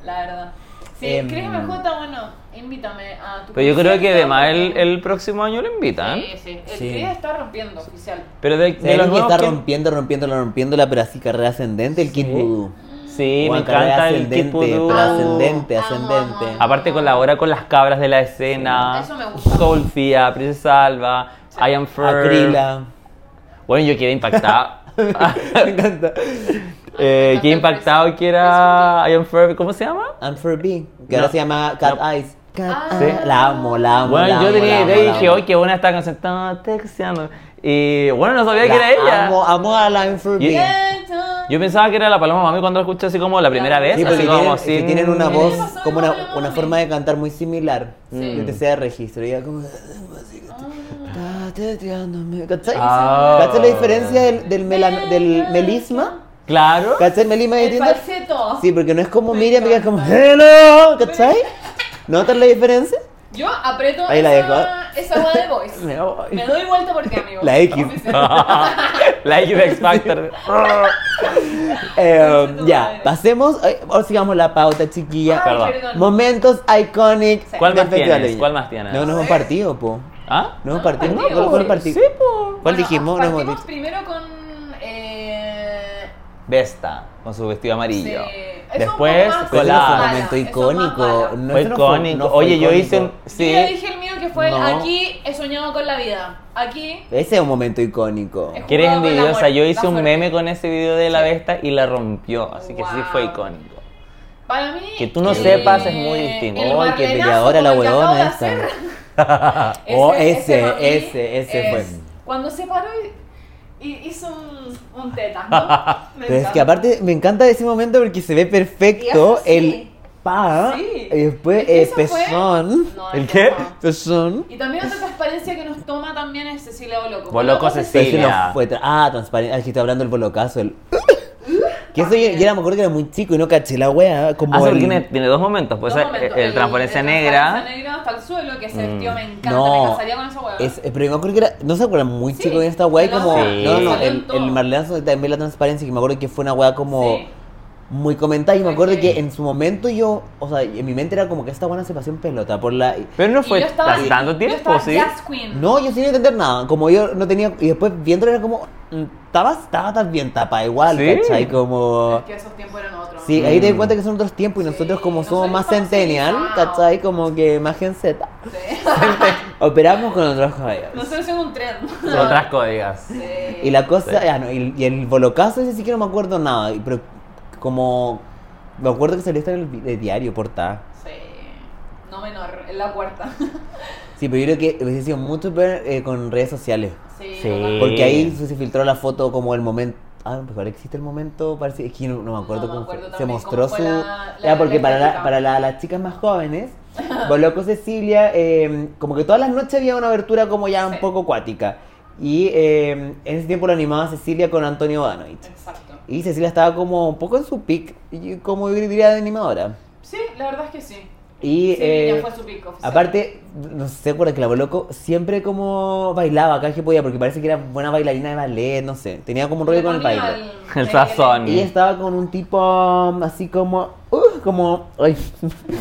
la verdad. Sí,
Em.
créeme, Jota, bueno, invítame a tu
Pero yo creo que
concierto,
además el,
porque-
el próximo año lo invitan.
Sí, sí. El
Sí.
Cris está rompiendo, oficial.
Pero de,
O
de
sea,
los
alguien que
nuevos
está
que-
rompiendo, rompiéndola, rompiéndola, pero así carrera ascendente, el Kid
Sí.
Voodoo.
Sí, me
Bueno, carrera
encanta el
ascendente,
Kid Voodoo.
pero ascendente,
Amo,
ascendente.
amo, amo.
Aparte colabora con las cabras de la escena.
Eso me gusta.
Solfia, Princesa Alba, I Am Firm.
Acrila.
Bueno, yo quedé impactada.
Me encanta.
eh, quedé
encanta el
impactado que era I Am Firm. ¿Cómo se llama?
I'm for B, que ahora
No,
se llama Cat
no.
Eyes. Cat
Ah.
Eyes.
Sí.
La amo, la amo.
Bueno,
la
yo
amo,
tenía
la
idea
amo,
y
la
dije, "Oh,
amo.
oye, qué buena esta canción, estaba texteando. Y bueno, no sabía que
La
era ella.
Amo, amo a la I'm for
Y-
B.
Yo pensaba que era la Paloma Mami cuando la escuché así como la primera
Sí,
vez.
Sí,
así
porque
como
tienen,
sin-
que tienen una
A mí me
voz,
pasó algo
como
con la
una,
Paloma
una
Mami.
forma de cantar muy similar.
Sí.
Yo te sé de registro, y era como... "Ah, Está teteándome, ¿Cachai?
Ah.
¿Cachai la diferencia del, del, mela- del melisma?
Claro.
¿Cachai el melisma de
El
Tinder?
falseto.
Sí, porque no es como Miriam, que es como
encanta.
hello, ¿cachai? ¿Notas la diferencia?
Yo aprieto
Ahí la
esa, esa hueá de voice.
Me voy.
Me doy vuelta porque, amigo.
La X.
Ah, la X de X Factor.
Eh,
Conche tu
ya,
madre.
pasemos, eh, o sigamos la pauta, chiquilla.
Ay,
Perdón.
perdón.
Momentos iconic.
Sí.
¿Cuál
del Festival
más
de
tienes?
Viña.
¿Cuál más tienes?
No, no hemos partido, po.
¿Ah?
No hemos
No,
partido.
no,
¿Cuál,
po.
cuál parti-
Sí, pues. po.
¿Cuál
Bueno,
dijimos? No hemos
partimos
dicho.
primero con. Eh,
Vesta, con su vestido
sí.
amarillo.
Eso
Después,
un poco más-
Pero ese
Colada.
fue un momento
Eso fue más
icónico.
mala.
No,
fue
ese no fue-
icónico.
no fue
Oye, yo hice. un-
icónico.
Sí.
Yo ya dije el mío que fue el
No.
aquí he soñado con la vida. Aquí.
Ese es un momento icónico.
Es-
Que eres
Jugaba con el
envidiosa.
amor,
Yo
la
hice un
suerte.
meme con ese video de la Vesta y la rompió. Así que sí fue
Wow.
icónico.
Para mí.
Que tú no
eh,
sepas es muy distinto.
el
Ay, qué
marlenazo
peleadora la
como el que acabo
huevona
de
esta.
hacer.
Oh, ese,
para mí
ese, ese
es
fue.
Cuando se paró y, y hizo un, un teta, ¿no? Me
Pero es
encanta.
que aparte me encanta ese momento porque se ve perfecto
Y es
el
así.
pa
Sí.
y después
Es que
el
eso fue-
pezón.
No,
¿El
eso
qué?
no.
Pezón.
Y también otra transparencia que nos toma también es "Oh, Cecilia Boloco.
Boloco,
Pero ese
Cecilia.
no fue tra- ah, transparente. Ah, es que estoy hablando del bolocazo. El... que eso yo, yo era, me acuerdo que era muy chico y no caché la wea. Como
Ah, sí, porque
el-
tiene, tiene dos momentos. Pues
Dos
el-
momentos.
el, Transparencia Negra.
Transparencia negra hasta el suelo, que ese
Mm.
tío me encanta, me
No,
casaría con esa hueá.
es, eh, pero me acuerdo que era, no se acuerdan muy
Sí,
chico en esta wea y
no,
como,
sí.
no, no,
Sí.
el, el marlenazo y también la transparencia, que me acuerdo que fue una wea como
Sí.
muy comentada y me acuerdo
Ok.
que en su momento yo, o sea, en mi mente era como que esta wea no se pasó en pelota por la...
Pero no
Y
fue
yo estaba-
tan- tanto
yo
tiempo,
estaba
¿sí?
Jazz Queen.
No, yo sin entender nada, como yo no tenía, y después viéndolo era como, mm, estaba, estaba tan bien tapa igual,
Sí.
¿cachai? Como...
Es que esos tiempos eran otros.
Sí,
Mm.
ahí te das cuenta que son otros tiempos y
Sí,
nosotros como somos
nosotros
más
estamos
centennial,
civilizados.
¿cachai? Como que más gen Z.
Sí.
Operamos con otros caballos.
Nosotros somos un tren.
Son otras códigos.
Sí.
Y la cosa, ah, no, y, y el bolocazo ese sí que no me acuerdo nada, y- pero como me acuerdo que salió hasta en el, vi- el diario portada.
Sí. No menor, en la puerta.
Sí, pero yo creo que hubiese sido mucho peor eh, con redes sociales.
Sí.
Sí.
totalmente.
Porque ahí se filtró la foto como el momento, Ah, no, pues ahora existe el momento, parece, es que no, no me acuerdo
No me
cómo
acuerdo
fue. se
también
mostró
cómo
su...
fue la- la
ya, porque para, la-
dinámica.
para la- las chicas más jóvenes, voló con Cecilia, eh, como que todas las noches había una abertura como ya un
Sí.
poco acuática. Y eh, en ese tiempo lo animaba Cecilia con Antonio Badanovich.
Exacto.
Y Cecilia estaba como un poco en su pick, y como yo diría de animadora.
Sí, la verdad es que sí.
Y
sí,
eh,
ya fue su pico. oficial.
aparte, no sé si se acuerdan que la Boloco siempre como bailaba cada vez que podía, porque parece que era buena bailarina de ballet, no sé, tenía como un rollo
Le
con el
ponía
baile.
El sazón.
Y estaba con un tipo um, así como. uh, como. ay,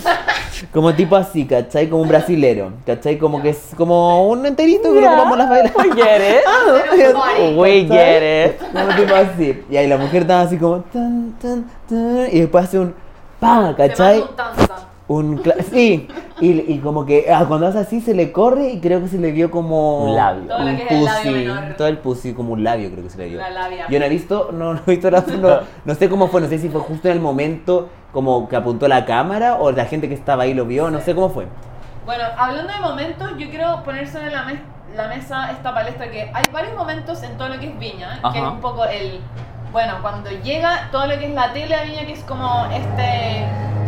como tipo así, ¿cachai? Como un brasilero. ¿Cachai? Como que es como un enterito que lo vamos las bailas.
We get it. We get it.
Como tipo así. Y ahí la mujer estaba así como. Tan, tan, tan, y después hace un. ¡Pam!
Se
¿Cachai?
mandó un danza.
Un. cla- Sí. Y, y como que ah, cuando hace así se le corre y creo que se le vio como.
Un labio.
Todo lo
un
que es el labio
pussy.
menor.
Todo el pussy, como un labio creo que se le vio.
La labia.
Yo no he visto, no, no he visto la- no, no sé cómo fue, no sé si fue justo en el momento como que apuntó la cámara o la gente que estaba ahí lo vio, no sé cómo fue.
Bueno, hablando de momentos, yo quiero poner sobre la, mes- la mesa esta palestra que hay varios momentos en todo lo que es Viña, que es
Ajá.
un poco el... Bueno, cuando llega todo lo que es la tele a Viña, que es como este,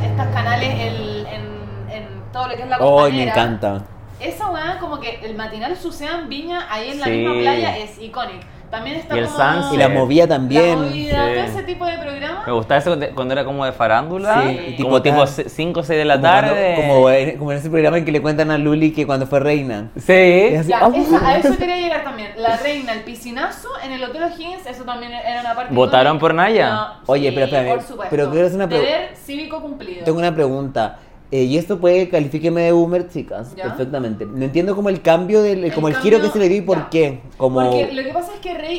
estos canales el- en, en todo lo que es la costanera.
¡Ay, me encanta!
Esa weá como que el matinal suceda en Viña, ahí en la
Sí.
misma playa, es icónico. También está
Y el
como...
sunset.
Y la movía
La
también.
movida,
Sí.
todo ese tipo de programas.
Me gustaba eso cuando- cuando era como de farándula.
Sí.
Sí.
Y
tipo
Como tipo
tar-
5 o 6 de la
Como cuando-
tarde.
Como en, como en ese programa en que le cuentan a Luli que cuando fue reina.
Sí.
Y así,
Ya,
¡ah!
esa- a eso quería llegar también. La reina, el piscinazo en el Hotel O'Higgins, eso también era una parte.
¿Votaron
icónica.
por Naya?
Oye, pero espérame,
Por supuesto.
pero quiero hacer una pregu-
Deber cívico cumplido.
Tengo una pregunta. Eh, y esto puede califíqueme de boomer, chicas,
Ya.
perfectamente. No entiendo como el cambio, del,
El
como el giro
cambio-
que se le dio y por
ya.
qué. Como...
Porque lo que pasa es que rey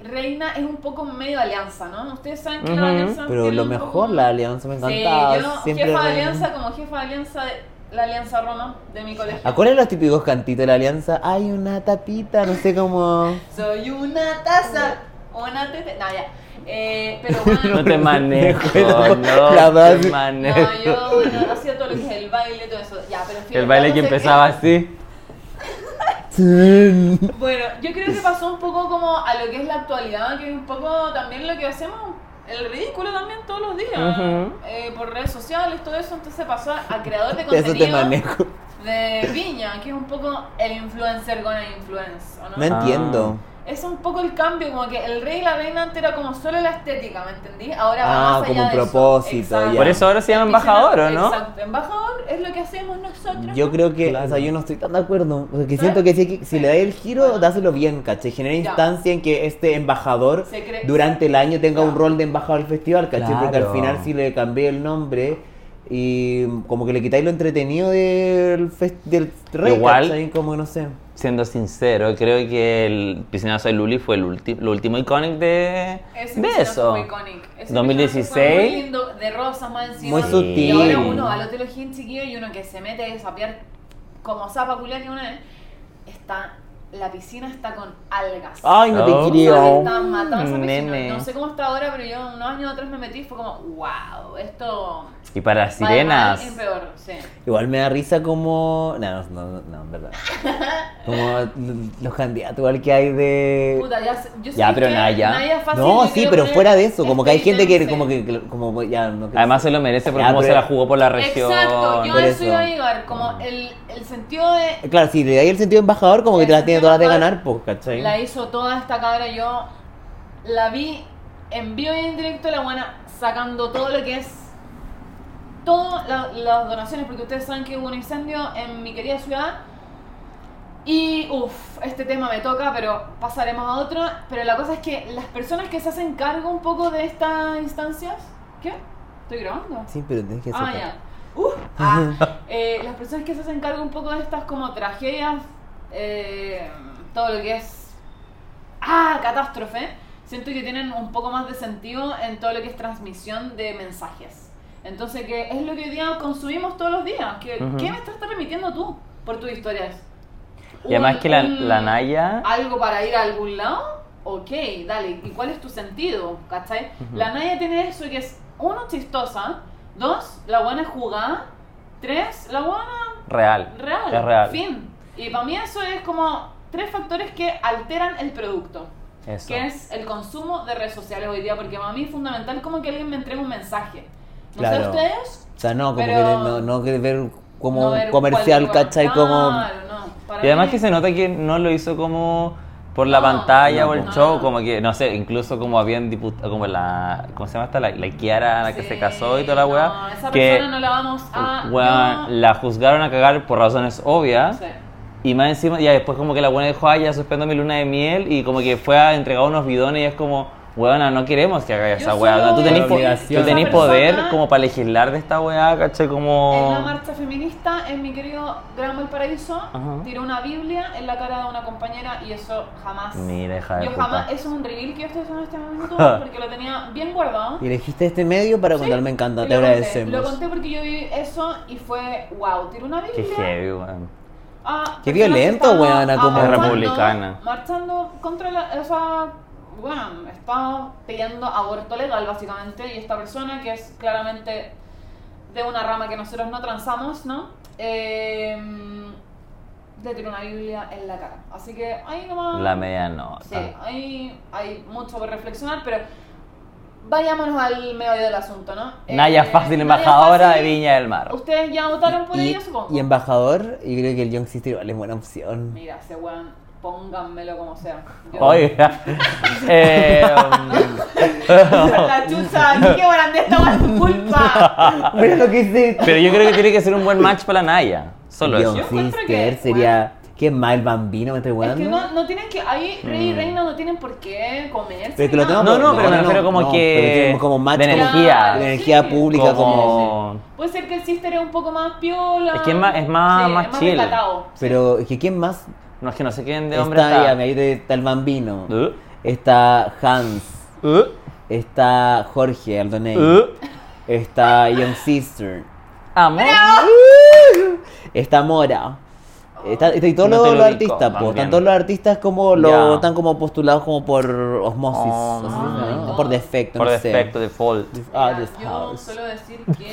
y reina es un poco medio alianza, ¿no? Ustedes saben que
Ujú.
la alianza.
Pero
tiene
lo
un
mejor,
poco-
la alianza me
Sí,
encantaba.
yo,
siempre
jefa de
reina.
alianza, como jefa de alianza, de- la alianza Roma de mi colegio.
¿A cuáles los típicos cantitos de la alianza? Hay una tapita, no sé cómo.
Soy una taza, una tete. No, ya. Eh, pero bueno.
No te manejo.
acuerdo.
No
La verdad,
te
sí.
manejo.
No, yo bueno, hacía todo lo que es el baile, todo eso. Ya, pero en fin,
El baile que
no sé qué.
empezaba así.
Bueno, yo creo que pasó un poco como a lo que es la actualidad, que es un poco también lo que hacemos, el ridículo también todos los días,
Ujú.
eh, por redes sociales, todo eso. Entonces pasó a creador de
Eso te
contenido
manejo.
de Viña, que es un poco el influencer con el influence, ¿o
No
no?
Ah.
entiendo.
Es un poco el cambio, como que el rey y la reina antes era como solo la estética, ¿me entendí? Ahora
Ah,
va más allá
como un
de eso.
propósito,
Exacto.
ya.
Por eso ahora se llama embajador, ¿o no?
Exacto, embajador es lo que hacemos nosotros.
Yo creo que,
Claro.
o sea, yo no estoy tan de acuerdo. Porque siento que si, si le da el giro, dáselo bien, ¿cachai? Genera
Ya.
instancia en que este embajador
Se cree-
durante el año tenga
Ya.
un rol de embajador del festival, ¿cachai? Porque al
Claro.
final si le cambié el nombre y como que le quitáis lo entretenido del, fest- del rey,
Igual.
¿cachai? Como no sé.
Siendo sincero, creo que el piscinazo de Luli fue el ulti- lo último icónico de,
Ese
de
episodio
eso.
Fue icónico. Ese
2016.
episodio fue muy lindo, de rosas más encima.
Muy
Y
sutil.
ahora uno al Hotel O'Higgins chiquillo y uno que se mete a sapear como zapa culia que uno es. Está, la piscina está con algas.
Ay, no
Oh.
te creo.
Estaban matando esa piscina.
Nene.
No sé cómo está ahora, pero yo unos años atrás me metí y fue como, wow, esto.
Y para las
va de mal
sirenas.
en peor, sí.
Igual me da risa como. No, no, no, no, en verdad. Como l- los candidatos igual que hay de.
Puta, ya, sé- yo sé
Ya, pero
que
Naya.
Naya fácil,
no,
yo
sí,
quiero
pero
poner
fuera de eso, como que hay gente que
Staten,
como
sí.
que como ya no creo.
Además se lo merece por
Ya,
cómo
pero-
se la jugó por la región.
Exacto, yo
Por
a eso iba a
eso.
llegar, como el, el sentido de
eh, Claro, si le dais el sentido embajador, como que
El
te las tiene
sentido
todas de
embajador.
ganar, pues, ¿cachai?
la hizo toda esta cabra, yo la vi en vivo y en directo, la buena sacando todo lo que es, todas la- las donaciones, porque ustedes saben que hubo un incendio en mi querida ciudad. Y uff, este tema me toca, pero pasaremos a otro. Pero la cosa es que las personas que se hacen cargo un poco de estas instancias. ¿Qué? ¿Estoy grabando?
Sí, pero tienes que
Ah,
sacar.
ya. Uh, ah, eh, las personas que se hacen cargo un poco de estas como tragedias, eh, todo lo que es... Ah, catástrofe. Siento que tienen un poco más de sentido en todo lo que es transmisión de mensajes. Entonces, que es lo que hoy día consumimos todos los días. Que,
Ujú.
¿Qué me estás transmitiendo tú por tus historias?
Y además
Un-
que la,
un-
la Naya.
algo para ir a algún lado, ok, dale, ¿y cuál es tu sentido? ¿Cachai? La Naya tiene eso que es, uno, chistosa, dos, la buena es jugada, tres, la buena
Real.
real,
Es real.
fin. Y para mí eso es como tres factores que alteran el producto.
Eso.
que es el consumo de redes sociales hoy día, porque para mí es fundamental como que alguien me entregue un mensaje. No sé
Claro.
ustedes,
O sea, no, como
Pero-
que no, no que ver como
no
un
ver
comercial,
cuál-
¿cachai?
Claro,
Como.
no, para
Y además
mí-
que se nota que no lo hizo como por la
No,
pantalla
no,
o el
no.
show, como que, no sé, incluso como habían diputado, como la, ¿cómo se llama esta? La, la Kiara, la que
Sí,
se casó y toda la weá.
No, esa
que,
persona no la vamos a.
weón,
no.
la juzgaron a cagar por razones obvias.
Sí.
Y más encima, ya después como que la buena dijo, ah, ya suspendo mi luna de miel y como que fue a entregar unos bidones y es como, weona, no queremos que haga esa
solo
weá. No, tú
voy
tenés,
a
po-
decir
tú
que esa
tenés poder
persona-
como para legislar de esta weá, caché,
En la
como...
marcha feminista, en mi querido Gran Valparaíso,
Ajá.
tiró una Biblia en la cara de una compañera y eso jamás.
Mira, hija de
yo
puta.
jamás. Eso es un reveal que yo estoy haciendo en este momento porque lo tenía bien guardado.
Y elegiste este medio para contar, me
Y
encanta,
lo
te
conté.
agradecemos.
Lo conté porque yo vi eso y fue wow. Tiró una
Qué
Biblia.
heavy, weón.
Ah,
Qué
personas
violento,
que estaban
weona, como-
avanzando,
Es republicana.
Marchando contra la, esa. Bueno, está pidiendo aborto legal, básicamente. Y esta persona, que es claramente de una rama que nosotros no transamos, ¿no? Eh, le tiró una Biblia en la cara. Así que ahí nomás.
La media nota.
Sí, ahí hay mucho por reflexionar, pero. Vayámonos al medio del asunto, ¿no?
Naya
Eh,
Fácil,
Naya
embajadora
Fácil,
de Viña del Mar.
Ustedes ya votaron por
y,
ella, supongo.
y embajador, y creo que el Young Sister igual es buena opción.
Mira, ese weón, pónganmelo como sea. Yo-
Oiga. eh, um,
La chucha, qué grande estaba es tu culpa.
Mira lo que hice.
pero yo creo que tiene que ser un buen match para la Naya. Solo
Young
eso.
Yo encuentro
Sister
que,
sería. ¿Qué mal bambino me estoy
Es
jugando?
que no, no tienen que. Ahí, rey y reina no tienen por qué comer.
Mm. Pero es que lo tenemos
No, no,
No,
pero me
no,
refiero
no,
como
no, pero
que.
tenemos como match
de
como-
energía.
Claro. La energía pública
como- Sí, sí.
Puede ser que el sister es un poco más piola.
Es que es más- es más-
Sí,
más
es más
chill.
recatado.
Pero es que ¿quién más
No es que no sé quién de hombre
está
está.
ahí? Mira, ahí te- está el bambino.
Uh,
Está Hans.
uh,
Está Jorge Aldonei.
uh.
Está Young Sister.
Amor.
Está Mora. Está, está- y todos
No
los,
te lo
los
ubico,
artistas, po,
también.
están todos los artistas como lo,
Ya.
están como postulados como por osmosis,
Oh,
así,
my
¿no?
God.
por defecto,
Por
no
defecto,
sé.
default.
Ah,
Mira,
this
yo
house.
solo decir que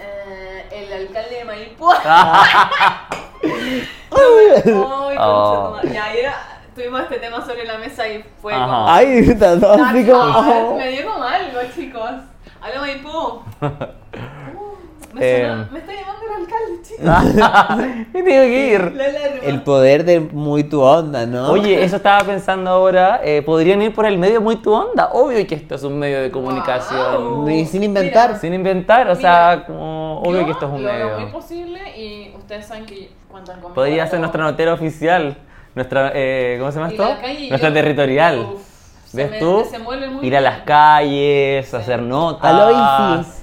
eh, el alcalde de Maipú. Ay,
Ah. Oh.
concha tu madre. Ya, ayer tuvimos este tema sobre la mesa y fue
Ajá.
como.
Ay, está todo
That's
así como. oh.
all. Me dio como algo, chicos. Aló, Maipú. Uh, me,
Eh.
sonó- me está llamando el alcalde, chicos.
Me tengo que ir.
La alarma.
El poder de muy tu onda, ¿no?
Oye, eso estaba pensando ahora. eh, Podrían ir por el medio muy tu onda. Obvio que esto es un medio de comunicación.
Wow.
Ni sin
Mira,
inventar.
Sin inventar, o
Mira,
sea, como, obvio
yo
que esto es un
lo veo muy
medio.
posible y ustedes saben que cuentan conmigo.
Podría
para
ser
todo.
nuestra notera oficial. Nuestra, eh, ¿cómo se llama
Y
esto?
la calle,
Nuestra
yo-
territorial.
Uf, se
¿Ves
me
tú?
desenvuelve muy
Ir a
bien.
las calles, hacer notas.
Aloisis.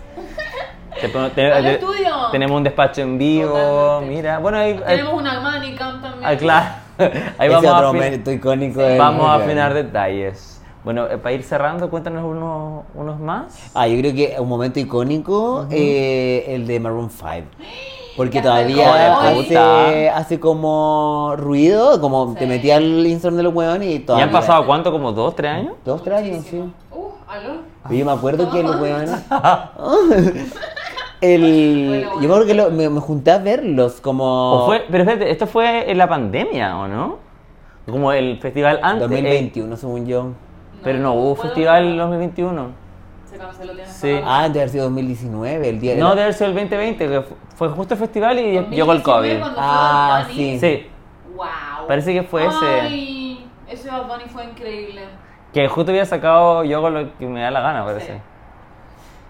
Te pon- te-
Al
te-
estudio.
Tenemos un despacho en vivo.
Totalmente.
Mira, bueno, ahí. ahí-
Tenemos una Manicam también.
ah, claro. Ahí
Ese
vamos a,
otro
afin-
momento icónico. de-
vamos a afinar detalles. Bueno, eh, para ir cerrando, cuéntanos unos, unos más.
Ah, yo creo que un momento icónico, eh, el de Maroon 5. Porque
Ya está el
todavía
color.
hace, hace como ruido, como
Sí.
te metía al Instagram de los hueones y
¿Ya
todavía.
han pasado cuánto? ¿Como dos, tres años?
Dos, tres años, sí.
Uh, aló.
Y Yo me acuerdo que los hueones. el, yo me acuerdo que lo- me, me junté a verlos como.
O fue, pero espérate, esto fue en la pandemia, ¿o no? Como el festival antes. eh,
2021, según yo.
pero no hubo
puedo
festival en
hablar.
2021.
Se canceló, tienes
Sí.
razón.
Ah, debe haber sido 2019, el día de.
No,
la-
debe haber sido el 2020, que fu- fue justo el festival y llegó el COVID.
2019 cuando fue
Ah,
Bad Bunny.
sí.
Sí,
Wow.
Parece que fue ese.
Ay, ese Bad Bunny fue increíble.
que justo había sacado yo con lo que me da la gana, parece.
Sí.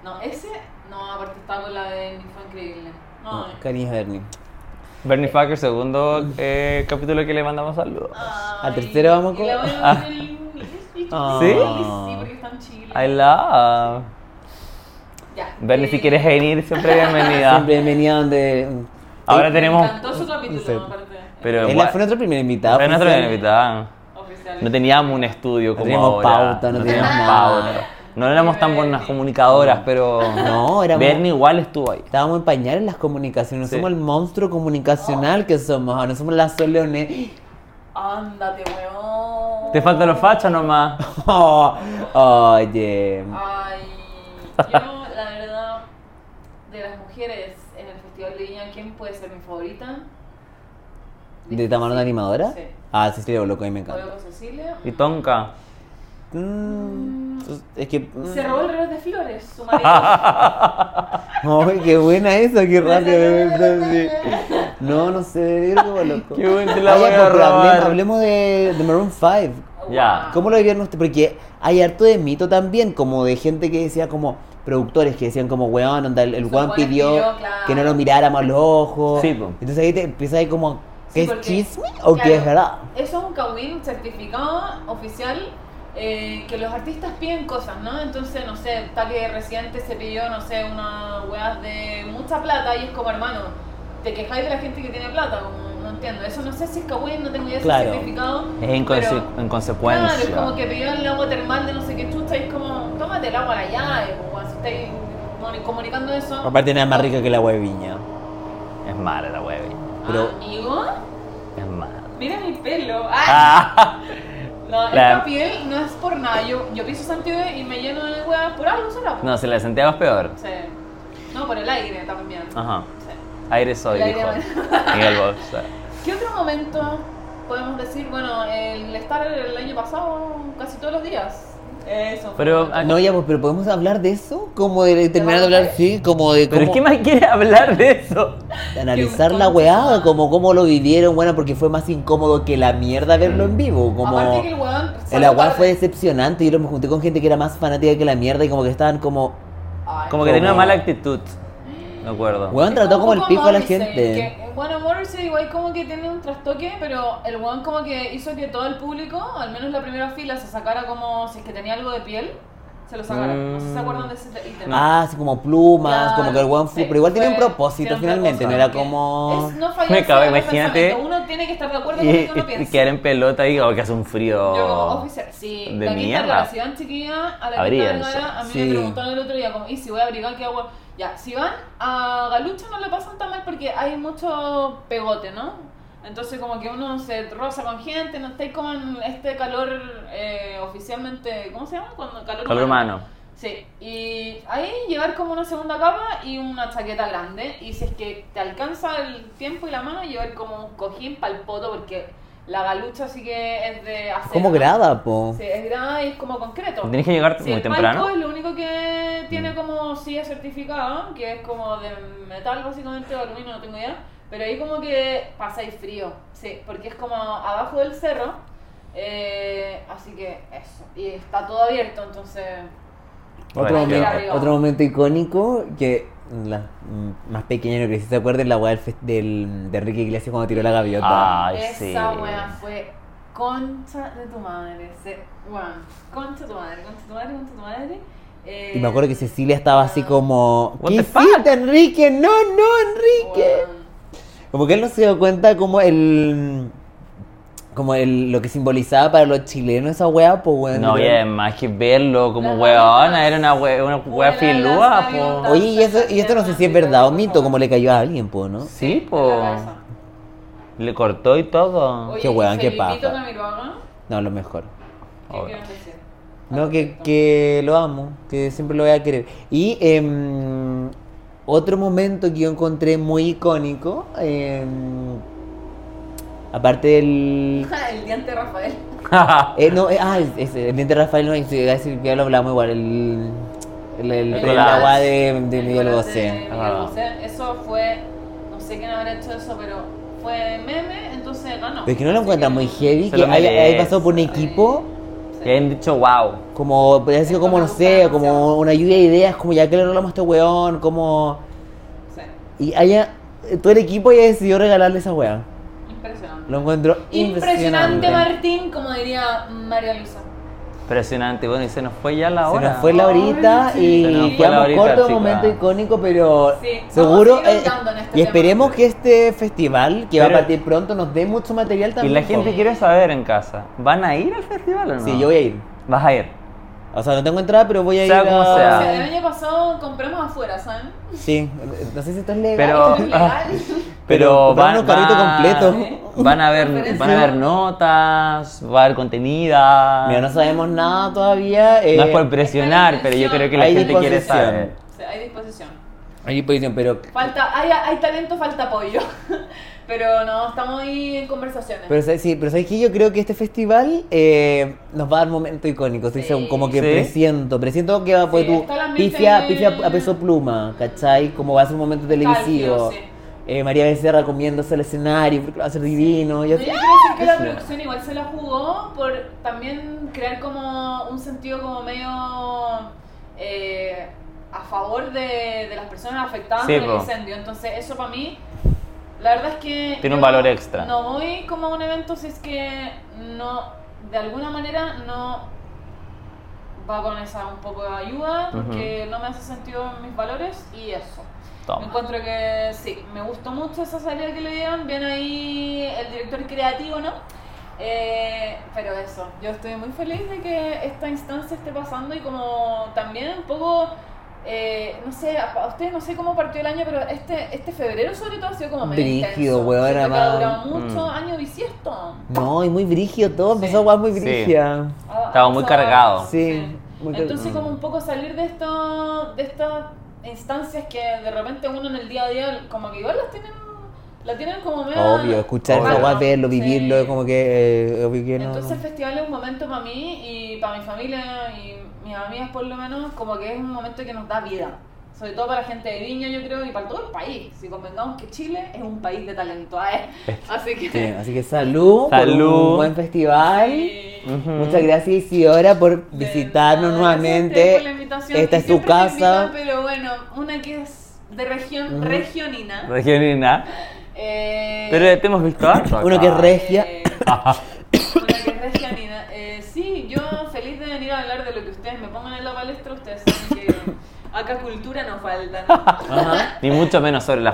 No, ese. No, aparte estaba con la de Ni fue increíble.
No,
Ay.
Cariño, Bernie.
Bernie Fucker, segundo eh, capítulo que le mandamos saludos.
Ay.
¿Al tercero vamos con-
Y le voy a poner el-
Ah.
Sí,
¿Sí?
sí, porque están chiles.
I love.
Ya.
Bernie,
eh,
si quieres venir, siempre bienvenida.
Siempre venía donde.
Ahora
Me
tenemos.
encantó su capítulo,
Sí.
aparte.
Pero
Él
igual-
fue nuestro primer invitado.
fue nuestra
oficial.
invitada.
Oficial.
No teníamos un estudio como
teníamos
ahora.
pauta, no teníamos nada.
No éramos tan buenas comunicadoras, pero.
No, éramos-
Bernie igual estuvo ahí.
Estábamos en pañales en las comunicaciones.
Sí.
Somos el monstruo comunicacional que somos. Ahora somos la soleones.
Ándate, weón.
Te faltan los fachas nomás.
oye.
Ay, yo la verdad, de las mujeres en el Festival de Viña, ¿quién puede ser mi favorita?
¿De tamaño de animadora?
Sí.
Ah, sí, sí, lo loco, ahí me
Coloco
encanta.
Cecilia.
Y Tonka.
Mm, es que. mm.
Se robó el reloj de flores, su marido.
Ay, qué buena esa, qué rápido. entonces. No, no sé, de algo loco.
Qué buena, te la voy
ya,
a
pues, pero hablemos-
robar.
Hablemos de, de Maroon 5.
Ya.
¿Cómo lo vivieron ustedes? Porque hay harto de mito también, como de gente que decía como productores que decían como weón, onda, el, el
Son
weón
buenos
pidió
pidió, claro.
que no lo miráramos a los ojos.
Sí, po.
Entonces ahí te empieza ahí como,
Sí,
¿qué es
porque-
chisme o
claro,
qué es verdad?
Eso es un Kawin certificado oficial eh, que los artistas piden cosas, ¿no? Entonces, no sé, está que reciente se pidió, no sé, una weá de mucha plata y es como, hermano, te quejáis de la gente que tiene plata, como, no entiendo. Eso no sé si es Kawin, no tengo idea si
Claro.
es certificado.
Es en,
pero-
conse- en
Claro,
consecuencia.
es como que pidió el agua termal de no sé qué chucha y es como, tómate el agua de allá, y como, así estáis moni- comunicando eso.
Aparte nada más rica que la hueviña.
Es mala la wea,
pero-
Amigo,
es mala.
mira mi pelo. ¡Ay!
Ah,
No,
Claro.
esta piel no es por nada. Yo, yo piso Santiago y me lleno de hueá por algo, ¿será?
no, se la de Santiago es peor.
Sí. No, por el aire también.
Ajá.
Sí.
Aire soy,
El aire
dijo Miguel Boxa.
¿Qué otro momento podemos decir? Bueno, el estar el año pasado casi todos los días. Eso. fue
Pero, ah,
un momento.
No, ya, pues, pero podemos hablar de eso, como de terminar de hablar, sí, como de
Pero es
cómo
que más quiere hablar de eso.
de analizar
que un
la
concha.
weá, como cómo lo vivieron, bueno, porque fue más incómodo que la mierda verlo en vivo,
Aparte
como...
que el hueón.
El agua fue decepcionante, yo lo- me junté con gente que era más fanática que la mierda y como que estaban como...
Como que tenía una
Como-
mala actitud. Me acuerdo.
Weón trató como el pico a la gente.
Que, bueno, Morrissey igual como que tiene un trastoque, pero el weón como que hizo que todo el público, al menos la primera fila, se sacara como si es que tenía algo de piel, se lo sacara. No sé si se acuerdan de ese ítem.
Ah, así como plumas,
Claro,
como que el weón fue...
sí,
Pero igual tenía un
fue-
propósito
tiene un
finalmente, no
propósito,
era
porque
como...
es no fallar
Me
en
cabe,
su propio
imagínate.
pensamiento. Uno tiene que estar de acuerdo
Y,
con lo que uno
y
piensa.
quedar en pelota y oh, que hace un frío.
Yo como oficial, sí,
de
la quinta
mierda.
capacidad chiquilla, a la quinta
Abríense.
vergara, a mí
Sí.
me preguntaron el otro día, como, ¿y si voy a abrigar qué hago? Ya, si van a Galucha no le pasan tan mal porque hay mucho pegote, ¿no? Entonces como que uno se roza con gente, no estáis como en este calor eh, oficialmente, ¿cómo se llama? Cuando, calor,
Calor humano.
Sí, y ahí llevar como una segunda capa y una chaqueta grande. Y si es que te alcanza el tiempo y la mano, llevar como un cojín para el poto, porque la galucha sí que es de acero.
Como grada, po.
Sí, es grada y es como concreto.
Tienes que llegar
Sí,
muy
el
temprano. Mm.
palco es lo único que tiene como silla certificada, que es como de metal básicamente, o aluminio, no tengo idea. Pero ahí como que pasáis frío, sí, porque es como abajo del cerro. eh, así que eso. Y está todo abierto, entonces...
Otro,
Bueno,
momento,
arriba.
otro momento icónico que las mm, más pequeñas no crecí, ¿se acuerdan? La weá del, fest- del- de Enrique Iglesias cuando tiró la gaviota.
Ay, sí.
Esa weá fue concha de tu madre. Se, weón, concha de tu madre, concha de tu madre, concha de tu madre. Eh,
Y me acuerdo que Cecilia estaba así como...
What
¿Qué
the fuck?"
hiciste, Enrique? No, no, Enrique.
weón,
Como que él no se dio cuenta como el... Como el, lo que simbolizaba para los chilenos esa weá, pues weón.
No, y además que verlo como
Las
weona,
gaviotas.
era una wea, una wea
Fuera
filúa,
las
po.
gaviotas.
Oye, y, eso, y esto no sé si es verdad o mito, como le cayó a alguien, pues, ¿no?
Sí,
en
po.
la cabeza.
Le cortó y todo.
Oye,
qué weón, qué
Felipito
paja.
Camiroaga,
No, lo mejor.
¿qué
Obvio.
quieres decir?
No, que,
Perfecto.
que lo amo, que siempre lo voy a querer. Y em, otro momento que yo encontré muy icónico, em, aparte del...
El diente de Rafael.
eh, no, eh, ah, es, es- el diente de Rafael, no, es- es- ya lo hablamos igual, el, el, el-
El
el
collage.
agua de, de Miguel
El
Bosé.
Miguel
Ah.
Bosé. Eso fue, no sé quién habrá hecho eso, pero fue meme, entonces ganó.
Pero es que no lo
Así
encuentran muy heavy,
Se
que
lo
hay, hay
merece.
pasado por un equipo,
y han dicho, wow.
como, podría sido como, no sé, como una lluvia de ideas, como ya que le hablamos a este weón, como...
Sí,
Y haya, todo el equipo haya decidido regalarle esa weá.
impresionante.
Lo encuentro impresionante.
Impresionante, Martín, como diría María Luisa.
Impresionante. Bueno, y se nos fue ya la
Se
hora.
nos fue la horita
Ay, sí.
y
Se nos
fue la
quedamos
horita,
corto,
chica.
momento icónico, pero
Sí, vamos a
seguro.
seguir
eh,
ahondando en este
y
tema.
esperemos que este festival, que va
Pero-
a partir pronto, nos dé mucho material
Y
también.
la gente quiere saber en casa, ¿van a ir al festival o no?
Sí, yo voy a ir.
Vas a ir.
O sea, no tengo entrada, pero voy a
Sea
ir.
como
a-
sea.
O sea, el año pasado compramos afuera, ¿saben?
Sí, no sé si esto es legal.
Pero-
Esto es legal.
Pero
compraron un carrito
completo. Sí.
Van a ver,
Conferencia.
van a ver notas, va a haber contenida.
Mira, no sabemos nada todavía. eh,
No es por presionar, pero yo creo que la
Hay
gente quiere
disposición.
saber.
O sea, hay disposición.
Hay disposición, pero
Falta, hay, hay talento, falta apoyo. Pero no, estamos ahí en conversaciones.
Pero, ¿sabes? sí, pero ¿sabes qué? Yo creo que este festival eh, nos va a dar momento icónico. estoy
Sí.
seguro, Como que
Sí.
presiento, presiento que va a poder
Sí,
tu
está la mente
pifia,
en-
pifia a peso pluma, ¿cachai? Como va a ser un momento televisivo.
Calcio, sí.
Eh, María Becerra comiéndose el escenario porque lo va a ser divino. y
Yo
así.
quiero decir que la
Eso.
producción igual se la jugó por también crear como un sentido como medio eh, a favor de, de las personas afectadas
Sí,
por el
po.
incendio. Entonces eso para mí, la verdad es que...
Tiene un
yo
valor
no-
extra.
No voy como a un evento si es que no, de alguna manera no va con esa un poco de ayuda porque no me hace sentido mis valores y eso.
Toma.
Encuentro que sí, me gustó mucho esa salida que le dieron. Bien ahí el director creativo, ¿no? Eh, pero eso, yo estoy muy feliz de que esta instancia esté pasando y como también un poco, eh, no sé, a, a ustedes no sé cómo partió el año, pero este este febrero sobre todo ha sido como medio
Brígido,
intenso.
weón,
Siento que
además.
ha durado mucho
Mm.
año bisiesto.
No, y muy brígido todo,
Sí.
empezó a jugar muy
Sí.
brígida.
Ha- ha
Estaba muy
pasado-
cargado.
Sí, muy cargado.
Entonces como un poco salir de esto, de estas instancias que de repente uno en el día a día como que igual las tienen, la tienen como medio...
Obvio, escuchar
Obvio.
esa guay, verlo, vivirlo, es como que. eh, obvio que no.
Entonces el festival es un momento para mí y para mi familia y mis amigas por lo menos, como que es un momento que nos da vida. Sobre todo para la gente de Viña, yo creo, y para todo el país. Si convengamos que Chile es un país de talento, ¿eh? Así que...
Sí, así que salud, por
Salud.
un buen festival.
Sí.
Ujú.
Muchas gracias Isidora por visitarnos
Gracias a ustedes por
nuevamente.
la invitación.
Esta
Y
es tu
siempre te invitan,
casa.
pero bueno, una que es de región regionina.
Regionina.
Eh,
Pero te hemos visto harto acá.
Uno que es re- regia.
eh, una que es regionina. Eh, sí, yo feliz de venir a hablar de lo que ustedes me pongan en la palestra. Ustedes saben que acá cultura no falta. ¿no?
Ajá.
Ni mucho menos sobre la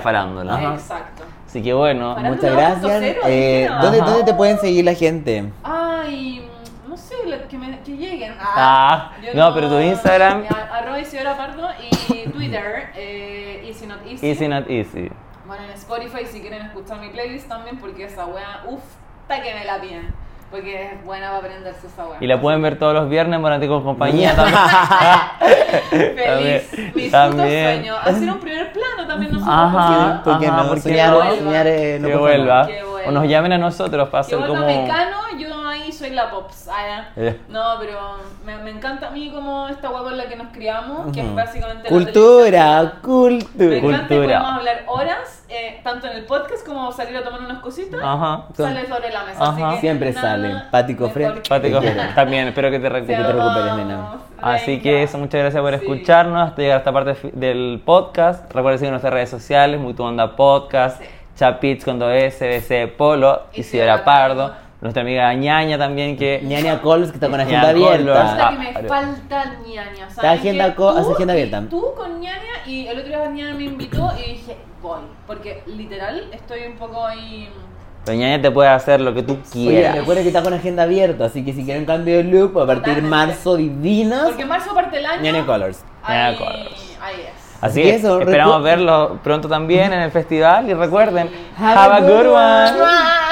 farándula.
Ajá.
Exacto.
Así que bueno.
Farándula.
Muchas
2.0,
gracias. Eh,
dijeron.
¿dónde,
Ajá.
¿Dónde te pueden seguir la gente?
Ay, no sé, la- que, me- que lleguen.
Ah,
yo
no, pero tu Instagram-
A- Arroba Isidora Pardo y Twitter, eh, Easy Not Easy.
Easy not easy.
Bueno, en Spotify si quieren escuchar mi playlist también, porque esa wea, uff, está que me la piden. Porque es buena para aprenderse esa wea.
Y la pueden ver todos los viernes, Morante con compañía también.
Feliz,
también-
mi
también.
puto sueño. Hacer un primer plano también nosotros.
Ajá.
¿Por qué
Ajá,
no?
¿por qué
Soñar,
Ah, no?
soñar, eh, no
que
pasa nada.
vuelva.
Que vuelva.
O nos llamen a nosotros para
porque
hacer
Yo
como. Eh.
como mecano, yo ahí soy la pops. Ah, ya.
Ya.
No, pero me, me encanta a mí como esta wea con la que nos criamos, que es
Ujú.
básicamente la
Cultura,
televisión. Me
cultura.
encanta y
Cultura.
podemos hablar horas, eh, tanto en el podcast como salir a tomar unas cositas.
Ajá.
Sale sobre la mesa.
Ajá.
Así que
Siempre
nada
sale. Pati
de
Cofre.
cualquier-
Pati,
Te quiero.
también, espero que te
Te
recuperes.
Te recuperes,
amamos,
nena.
Así
venga.
que eso, muchas gracias por
Sí.
escucharnos hasta llegar a esta parte fi- del podcast. Recuerden seguir nuestras redes sociales, Muy Tu Onda Podcast,
Sí.
Chapits con dos S, BC Polo,
Y
Isidora
Isidora
Pardo,
Pardo.
nuestra amiga Ñaña también que...
Ñaña Cols, que está con la agenda
Ñaña Cols,
Es
abierta.
la que me
Ah, vale.
falta ñaña.
Está agenda co- hace agenda abierta.
Tú con ñaña y el otro día ñaña me invitó y dije, voy. Porque literal estoy un poco ahí.
Pero Ñaña te puede hacer lo que tú
Oye,
quieras.
recuerda que está con agenda abierta, así que si quieren cambio de look, a partir de
Totalmente.
marzo divinas,
Porque en marzo parte el año.
Ñaña Colors.
Ahí,
Ñaña Colors.
ahí es.
Así
Y
que
eso, recu-
esperamos verlo pronto también en el festival y recuerden,
Sí.
have, a good one.
one.